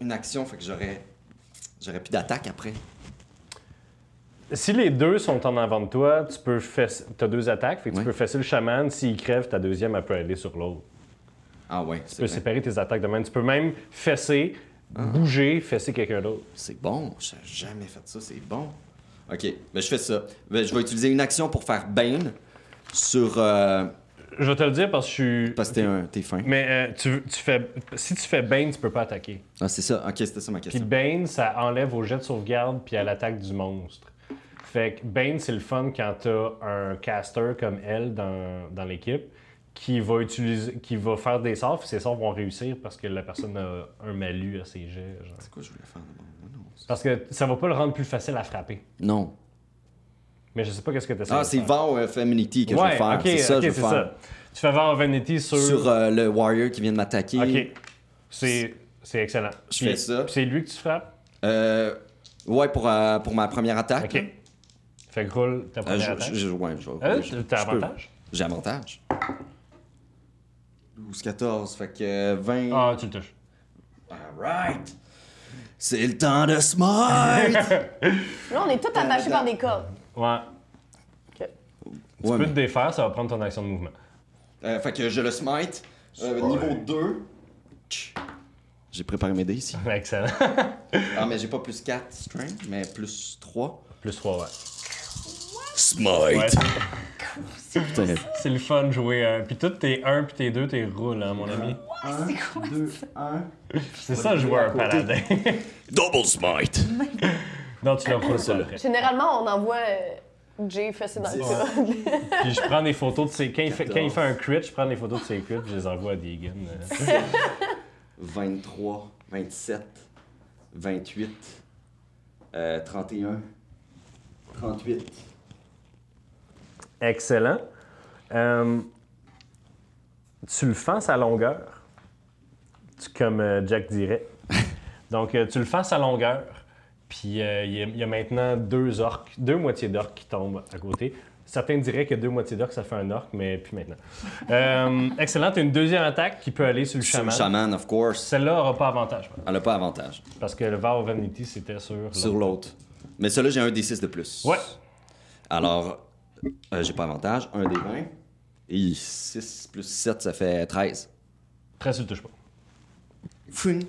Speaker 4: Une action, fait que j'aurais. J'aurais plus d'attaque après.
Speaker 2: Si les deux sont en avant de toi, tu peux fesser... T'as deux attaques, fait que tu
Speaker 4: Ouais.
Speaker 2: peux fesser le chaman. S'il crève, ta deuxième, elle peut aller sur l'autre.
Speaker 4: Ah ouais,
Speaker 2: Tu peux
Speaker 4: c'est Ah. vrai.
Speaker 2: séparer tes attaques de même. Tu peux même fesser, bouger, fesser quelqu'un d'autre.
Speaker 4: C'est bon, j'ai jamais fait ça, c'est bon. Ok, ben je fais ça. Ben, je vais utiliser une action pour faire Bane sur. euh,
Speaker 2: Je vais te le dire parce que je suis...
Speaker 4: Parce que t'es un- t'es fin.
Speaker 2: Mais euh, tu, tu fais, si tu fais Bane, tu peux pas attaquer.
Speaker 4: Ah, c'est ça, ok, c'était ça ma
Speaker 2: Puis
Speaker 4: question.
Speaker 2: Bane, ça enlève au jet de sauvegarde puis à l'attaque du monstre. Fait que Bane, c'est le fun quand t'as un caster comme elle dans, dans l'équipe qui va utiliser, qui va faire des sorts, puis ses sorts vont réussir parce que la personne a un malu à ses jets. genre.
Speaker 4: C'est quoi je voulais faire d'abord? Non, non, c'est-
Speaker 2: Parce que ça va pas le rendre plus facile à frapper.
Speaker 4: Non.
Speaker 2: Mais je sais pas qu'est-ce que t'essaies
Speaker 4: Ah,
Speaker 2: de
Speaker 4: c'est
Speaker 2: faire.
Speaker 4: Vow euh, Femininity que je
Speaker 2: ouais,
Speaker 4: vais faire.
Speaker 2: ok,
Speaker 4: c'est ça,
Speaker 2: ok,
Speaker 4: je vais
Speaker 2: c'est
Speaker 4: faire.
Speaker 2: ça. Tu fais voir Vanity sur.
Speaker 4: Sur euh, le Warrior qui vient de m'attaquer.
Speaker 2: ok. C'est c'est excellent.
Speaker 4: Je
Speaker 2: Puis-
Speaker 4: fais ça.
Speaker 2: puis C'est lui que tu frappes.
Speaker 4: Euh, ouais, pour, euh, pour ma première attaque.
Speaker 2: Ok. Fait que roule ta
Speaker 4: Euh,
Speaker 2: première
Speaker 4: je,
Speaker 2: attaque.
Speaker 4: je, je- ouais, je vais-
Speaker 2: Euh,
Speaker 4: je-
Speaker 2: t'as- T'as
Speaker 4: je peux.
Speaker 2: avantage?
Speaker 4: J'ai avantage. 12, 14, fait que euh, 20.
Speaker 2: Ah, tu le touches.
Speaker 4: Alright! C'est le temps de smite!
Speaker 5: Là, on est tous attachés par des cordes.
Speaker 2: Ouais. Tu
Speaker 4: ouais,
Speaker 2: peux te
Speaker 4: mais-
Speaker 2: défaire, ça va prendre ton action de mouvement.
Speaker 4: Euh, fait que je le smite. Euh, niveau 2. Tch. J'ai préparé mes dés ici.
Speaker 2: Excellent.
Speaker 4: Ah, mais j'ai pas plus 4 strength, mais plus 3.
Speaker 2: Plus 3, ouais.
Speaker 4: Smite!
Speaker 2: Ouais.
Speaker 4: Putain.
Speaker 2: C'est le fun de jouer. euh, Puis tout tes 1 puis tes 2, t'es roule, hein,
Speaker 4: Ah.
Speaker 2: mon ami.
Speaker 6: C'est quoi?
Speaker 3: 2, 1.
Speaker 2: C'est ça, jouer un paladin.
Speaker 4: Double smite!
Speaker 2: non, tu l'as pas seul.
Speaker 5: Généralement, on envoie euh, Jay fesser dans le
Speaker 4: Dix.
Speaker 5: tas.
Speaker 2: Puis je prends des photos de ses. Quand il, fait, quand il fait un crit, je prends des photos de ses crits puis je les envoie à Deegan. euh.
Speaker 4: 23, 27, 28, euh, 31, 38.
Speaker 2: Excellent. Euh, tu le fends à longueur, Tu- comme euh, Jack dirait. Donc, euh, tu le fends à longueur. Puis euh, il y, a- il y a maintenant deux orques, deux moitiés d'orques qui tombent à côté. Certains diraient que deux moitiés d'orques, ça fait un orque, mais plus maintenant. Euh, excellent. Tu as une deuxième attaque qui peut aller sur le
Speaker 4: Sur
Speaker 2: chaman.
Speaker 4: le Shaman, of course.
Speaker 2: Celle-là n'aura pas avantage, par exemple,
Speaker 4: Elle a pas avantage.
Speaker 2: parce que le Var Vanity, c'était sur.
Speaker 4: Sur l'autre. Mais celui-là, j'ai un D6 de plus.
Speaker 2: Ouais.
Speaker 4: Alors, euh, j'ai pas avantage. Un des 20. Et 6 plus 7, ça fait 13.
Speaker 2: Très sur le touche pas.
Speaker 4: Fouing.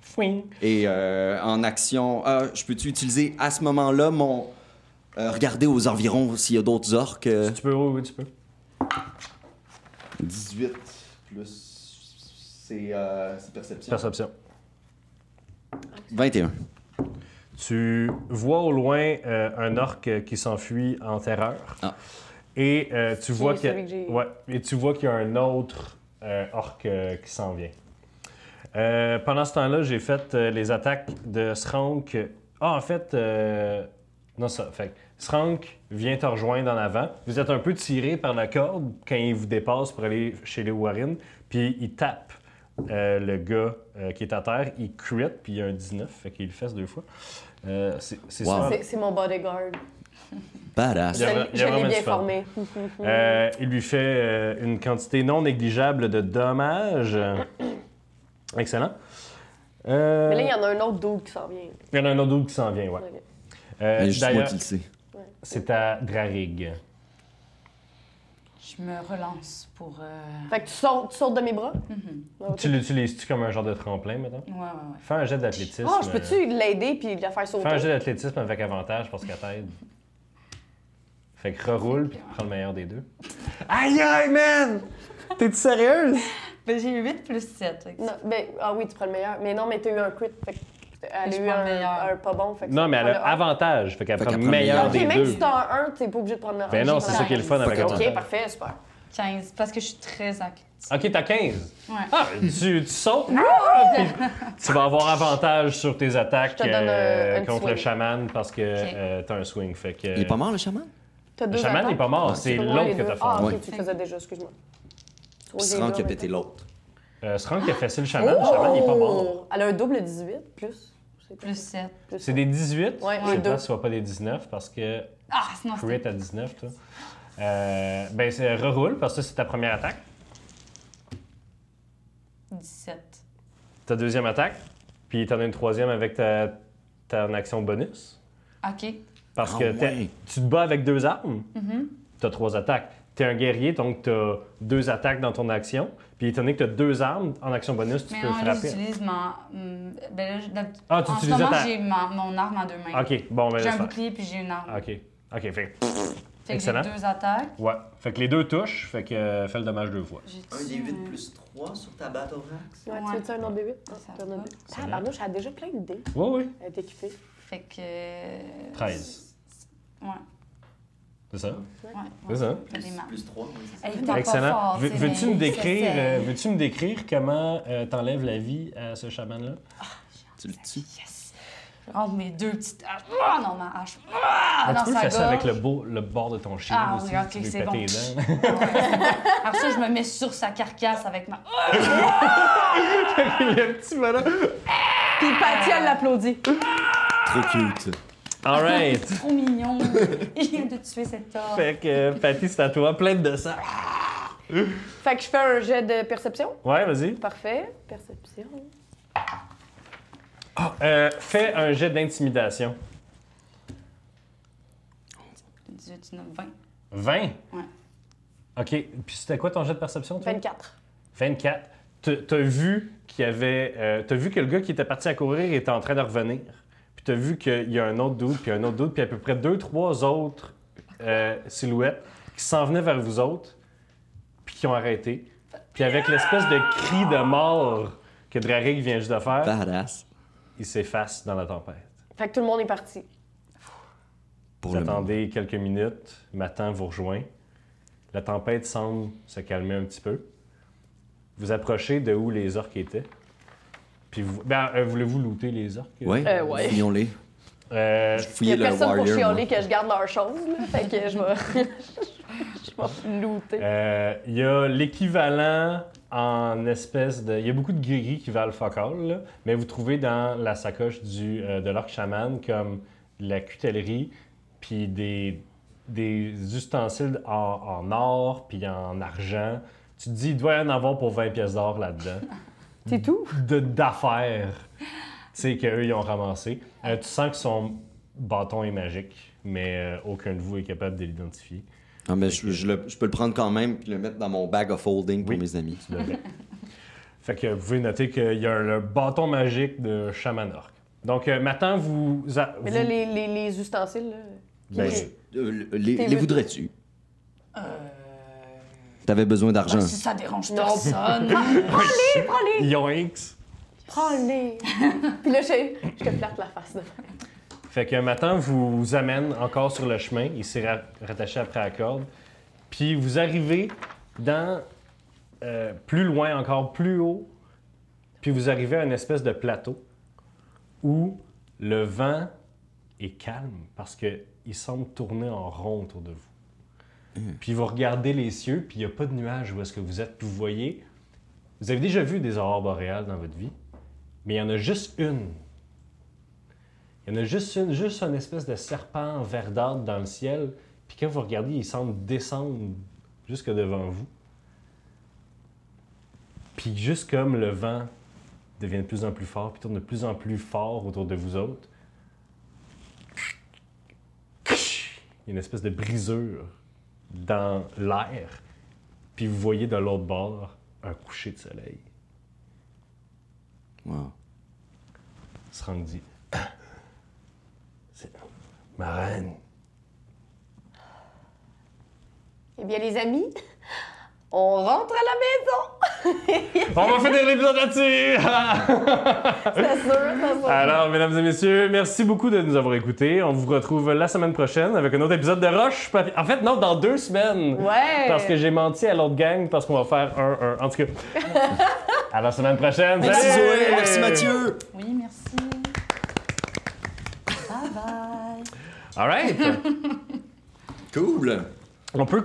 Speaker 2: Fouing.
Speaker 4: Et euh, en action, ah, je peux-tu utiliser à ce moment-là mon. euh, regarder aux environs s'il y a d'autres orques. euh,
Speaker 2: Tu peux, oui, oui, tu peux.
Speaker 4: 18 plus. C'est euh, c'est perception.
Speaker 2: Perception.
Speaker 4: 21.
Speaker 2: Tu vois au loin euh, un orc qui s'enfuit en terreur.
Speaker 4: Ah.
Speaker 2: Et, euh, tu vois qu'il y a...
Speaker 5: celui que j'ai-
Speaker 2: ouais. et tu vois qu'il y a un autre euh, orc euh, qui s'en vient. Euh, pendant ce temps-là, j'ai fait euh, les attaques de Srank. Ah, en fait, euh, non, ça. Fait que Srank vient te rejoindre en avant. Vous êtes un peu tiré par la corde quand il vous dépasse pour aller chez les Warren. Puis il tape euh, le gars euh, qui est à terre. Il crit, puis il y a un 19. Fait qu'il le fesse deux fois. Euh, c'est c'est
Speaker 4: Wow.
Speaker 2: super.
Speaker 5: C'est- C'est mon bodyguard.
Speaker 4: Badass.
Speaker 5: Je
Speaker 2: Yeah. Il y a-
Speaker 5: l'ai
Speaker 2: il y
Speaker 5: je
Speaker 2: a
Speaker 5: l'ai
Speaker 2: vraiment
Speaker 5: bien
Speaker 2: du fun.
Speaker 5: formé.
Speaker 2: Euh, il lui fait euh, une quantité non négligeable de dommages. Excellent. Euh,
Speaker 5: Mais là, il y en a un autre double qui s'en vient.
Speaker 2: il y en a un autre double qui s'en vient, ouais.
Speaker 5: Ok.
Speaker 2: Euh,
Speaker 4: Mais juste moi
Speaker 2: D'ailleurs,
Speaker 4: qui le sais.
Speaker 2: c'est à Drarig.
Speaker 6: Je me relance pour. euh,
Speaker 5: Fait que tu sors, tu sors de mes bras. Ah,
Speaker 6: mhm.
Speaker 5: Ok.
Speaker 2: Tu l'utilises-tu comme un genre de tremplin, maintenant?
Speaker 6: Ouais, ouais, ouais.
Speaker 2: Fais un jet d'athlétisme.
Speaker 5: Oh, je peux-tu l'aider puis la faire
Speaker 2: euh, Fais un jet
Speaker 5: sauter?
Speaker 2: d'athlétisme avec avantage parce qu'elle t'aide. Fait que reroule, puis prends le meilleur des deux. Aïe, aïe, man! T'es-tu sérieuse?
Speaker 6: Ben, j'ai 8 plus 7. fait que
Speaker 5: Non, ben, ah oui, tu prends le meilleur. Mais non, mais t'as eu un crit. Fait que elle a
Speaker 6: Je
Speaker 5: eu
Speaker 6: prends le
Speaker 5: un,
Speaker 6: meilleur.
Speaker 5: un pas bon. Fait que
Speaker 2: Non, mais elle a
Speaker 5: prends Ah, le un.
Speaker 2: avantage. Fait qu'elle
Speaker 4: Fait
Speaker 2: prend le
Speaker 4: qu'elle prend le
Speaker 2: meilleur
Speaker 4: meilleur.
Speaker 2: des
Speaker 5: Ok, même
Speaker 2: deux.
Speaker 5: si t'as un 1, t'es pas obligé de prendre le 1.
Speaker 2: Ben non, c'est ça qui est le fun avec
Speaker 4: Fait que-
Speaker 5: Ok,
Speaker 2: avantage.
Speaker 5: parfait, super.
Speaker 6: 15, parce que je suis très active.
Speaker 2: Ok, t'as 15.
Speaker 6: Ouais.
Speaker 2: Ah, tu, tu sautes. Ah, puis tu vas avoir avantage sur tes attaques
Speaker 5: Je te donne un-
Speaker 2: euh,
Speaker 5: un petit
Speaker 2: contre le
Speaker 5: swing.
Speaker 2: chaman parce que
Speaker 6: Ok.
Speaker 2: euh, t'as un swing. Fait que,
Speaker 4: Il est pas mort, le chaman?
Speaker 5: T'as
Speaker 2: Le
Speaker 5: deux
Speaker 2: chaman n'est
Speaker 5: attaques.
Speaker 2: pas mort, c'est
Speaker 5: Pour moi, les
Speaker 2: l'autre que
Speaker 5: deux.
Speaker 2: t'as
Speaker 5: Ah,
Speaker 2: fait.
Speaker 5: ok,
Speaker 4: Ouais.
Speaker 5: tu le faisais déjà, excuse-moi. Tu vois, j'ai
Speaker 4: Il se rend
Speaker 5: deux
Speaker 4: qu'il a
Speaker 5: en
Speaker 4: pété
Speaker 5: même temps.
Speaker 4: l'autre.
Speaker 2: Euh, Srank qui a facile le chaman, le chaman il est pas mort.
Speaker 5: Oh! Elle a un double 18, plus. C'est
Speaker 6: Plus 7.
Speaker 5: plus.
Speaker 2: C'est des 18.
Speaker 5: Ouais,
Speaker 2: je sais
Speaker 5: ouais,
Speaker 2: pas
Speaker 5: deux.
Speaker 2: si ce va pas des 19 parce que
Speaker 6: Ah, sinon
Speaker 2: crit
Speaker 6: c'était.
Speaker 2: à 19, toi. Euh, ben, c'est reroule parce que ça, c'est ta première attaque.
Speaker 6: 17.
Speaker 2: Ta deuxième attaque, puis t'en as une troisième avec ta, ta action bonus.
Speaker 6: Ok.
Speaker 2: Parce
Speaker 4: Ah
Speaker 2: que t'es-
Speaker 4: ouais.
Speaker 2: tu te bats avec deux armes,
Speaker 6: Mm-hmm.
Speaker 2: t'as trois attaques. T'es un guerrier, donc t'as deux attaques dans ton action. Puis étant donné que t'as deux armes en action bonus, tu
Speaker 6: Mais
Speaker 2: peux
Speaker 6: non, là,
Speaker 2: frapper.
Speaker 6: j'utilise ma. hum, Ben là, je- d'habitude-
Speaker 2: Ah, tu
Speaker 6: en ce
Speaker 2: utilises
Speaker 6: moment,
Speaker 2: ta-
Speaker 6: j'ai ma- mon arme à deux mains.
Speaker 2: Ok, bon, ben
Speaker 6: J'ai
Speaker 2: laisse
Speaker 6: un
Speaker 2: faire.
Speaker 6: bouclier puis j'ai une arme.
Speaker 2: Ok, ok, fait.
Speaker 6: Fait que j'ai
Speaker 2: excellent.
Speaker 6: deux attaques.
Speaker 2: Ouais, fait que les deux touchent, fait que euh, fais le dommage deux fois.
Speaker 6: J'ai
Speaker 7: Un des 8 plus 3 sur ta battle axe.
Speaker 5: Ouais,
Speaker 6: Ouais.
Speaker 5: tu veux-tu un autre bébé?
Speaker 6: Ça
Speaker 5: Ah, t'as un autre bébé.
Speaker 2: va.
Speaker 5: Ah, Barnouche, elle a déjà plein d'idées.
Speaker 2: Ouais, ouais.
Speaker 5: Elle est équipée.
Speaker 6: Fait que.
Speaker 2: 13.
Speaker 6: Ouais.
Speaker 2: C'est ça?
Speaker 6: ouais,
Speaker 2: C'est
Speaker 6: ouais.
Speaker 2: ça.
Speaker 6: Fait des marques.
Speaker 7: Plus 3,
Speaker 6: Elle est encore
Speaker 2: Excellent.
Speaker 6: fort,
Speaker 2: Veux-
Speaker 6: tu sais,
Speaker 2: Veux-tu
Speaker 6: mais
Speaker 2: me décrire,
Speaker 6: c'était-
Speaker 2: euh, veux-tu me décrire comment euh, t'enlèves la vie à ce chaman-là?
Speaker 4: Tu le tues.
Speaker 6: Yes! Je rentre mes deux petites haches. Ah, non, ma hache. Ah,
Speaker 2: Ah,
Speaker 6: dans
Speaker 2: tu peux
Speaker 6: sa
Speaker 2: le faire ça avec
Speaker 6: gorge.
Speaker 2: le, beau, le bord de ton chien
Speaker 6: Ah
Speaker 2: aussi.
Speaker 6: oui, ok,
Speaker 2: tu lui
Speaker 6: c'est
Speaker 2: pètes
Speaker 6: bon.
Speaker 2: les dents.
Speaker 6: Alors ça, je me mets sur sa carcasse avec ma...
Speaker 2: le petit bonhomme.
Speaker 1: Ah.
Speaker 5: Puis Patty, elle l'applaudit.
Speaker 4: Trop cute.
Speaker 2: All right.
Speaker 6: Trop mignon. Il vient de tuer cet homme.
Speaker 2: fait que, euh, Patty, c'est à toi, pleine de sang.
Speaker 1: Fait que je fais un jet de perception.
Speaker 2: Ouais, vas-y.
Speaker 1: Parfait. Perception.
Speaker 2: Euh, fais un jet d'intimidation.
Speaker 6: 18, 19, 20.
Speaker 2: 20?
Speaker 6: Ouais.
Speaker 2: OK. Puis c'était quoi ton jet de perception, toi?
Speaker 1: 24.
Speaker 2: 24. T'as t'as vu qu'il y avait. euh, t'as vu que le gars qui était parti à courir était en train de revenir. Puis t'as vu qu'il y a un autre doute, puis un autre doute, puis à peu près deux, trois autres euh, silhouettes qui s'en venaient vers vous autres, puis qui ont arrêté. Puis avec l'espèce de cri de mort que Drarig vient juste de
Speaker 4: Bah.
Speaker 2: faire,
Speaker 4: Badass.
Speaker 2: il s'efface dans la tempête.
Speaker 1: Fait que tout le monde est parti.
Speaker 4: Pour
Speaker 2: Vous
Speaker 4: le moment.
Speaker 2: attendez quelques minutes, Matin vous rejoint. La tempête semble se calmer un petit peu. Vous approchez de où les orques étaient. Puis vous... Ben, euh, voulez-vous looter les orques?
Speaker 4: Ouais.
Speaker 1: Euh, ouais.
Speaker 4: Fouillons-les.
Speaker 2: Euh,
Speaker 1: Il y
Speaker 4: Fouillez
Speaker 1: a
Speaker 4: le
Speaker 1: personne
Speaker 4: warrior.
Speaker 1: pour chialer
Speaker 4: moi.
Speaker 1: que je garde leurs choses, là. Fait que je vais. je vais looter.
Speaker 2: euh, Il y a l'équivalent en espèce de... Il y a beaucoup de gris qui valent fuck all, là, mais vous trouvez dans la sacoche du, euh, de l'orque chaman comme de la cutellerie, puis des, des ustensiles en, en or, puis en argent. Tu te dis, il doit y en avoir pour 20 pièces d'or là-dedans.
Speaker 1: C'est tout?
Speaker 2: de d'affaires, tu sais, qu'eux, ils ont ramassé. Euh, tu sens que son bâton est magique, mais euh, aucun de vous est capable de l'identifier.
Speaker 4: Ah, mais je, je le- je peux le prendre quand même puis le mettre dans mon bag of holding pour
Speaker 2: Oui.
Speaker 4: mes amis.
Speaker 2: Tu devrais. fait que vous pouvez noter qu'il y a un, le bâton magique de Shaman Orc. Donc, euh, maintenant, vous... a-
Speaker 1: Mais là,
Speaker 2: vous-
Speaker 1: les, les, les ustensiles, là.
Speaker 2: ben,
Speaker 1: les-
Speaker 4: Euh, les
Speaker 1: T'es
Speaker 4: les
Speaker 1: le-
Speaker 4: voudrais-tu?
Speaker 6: Euh...
Speaker 4: T'avais besoin d'argent.
Speaker 6: ben, si ça dérange
Speaker 1: Non.
Speaker 6: personne.
Speaker 1: Prends-les!
Speaker 2: Ils ont ben, X.
Speaker 1: Prends-les! Puis là, je, je te flatte la face. là.
Speaker 2: Fait que maintenant, vous amène encore sur le chemin. Il s'est ra- rattaché après la corde. Puis vous arrivez dans euh, plus loin, encore plus haut. Puis vous arrivez à une espèce de plateau où le vent est calme parce qu'il semble tourner en rond autour de vous. Puis vous regardez les cieux, puis il n'y a pas de nuages où est-ce que vous êtes. Puis vous voyez, vous avez déjà vu des aurores boréales dans votre vie, mais il y en a juste une il y en a juste une, juste une espèce de serpent verdâtre dans le ciel. Puis quand vous regardez, il semble descendre jusque devant vous. Puis juste comme le vent devient de plus en plus fort, puis tourne de plus en plus fort autour de vous autres, il y a une espèce de brisure dans l'air. Puis vous voyez de l'autre bord un coucher de soleil.
Speaker 4: Wow.
Speaker 2: Srang dit C'est- Ma reine,
Speaker 1: Eh bien, les amis, on rentre à
Speaker 2: On va finir l'épisode là-dessus!
Speaker 1: la maison! C'est sûr, c'est sûr.
Speaker 2: Alors, mesdames et messieurs, merci beaucoup de nous avoir écoutés. On vous retrouve la semaine prochaine avec un autre épisode de Roche. Papier- En fait, non, dans deux semaines.
Speaker 1: Ouais!
Speaker 2: Parce que j'ai menti à l'autre gang parce qu'on va faire un, un. En tout cas, à la semaine prochaine.
Speaker 4: Merci
Speaker 2: Salut!
Speaker 4: Zoé, merci Mathieu.
Speaker 6: Oui, merci. Bye bye.
Speaker 2: All right.
Speaker 4: Cool.
Speaker 2: On peut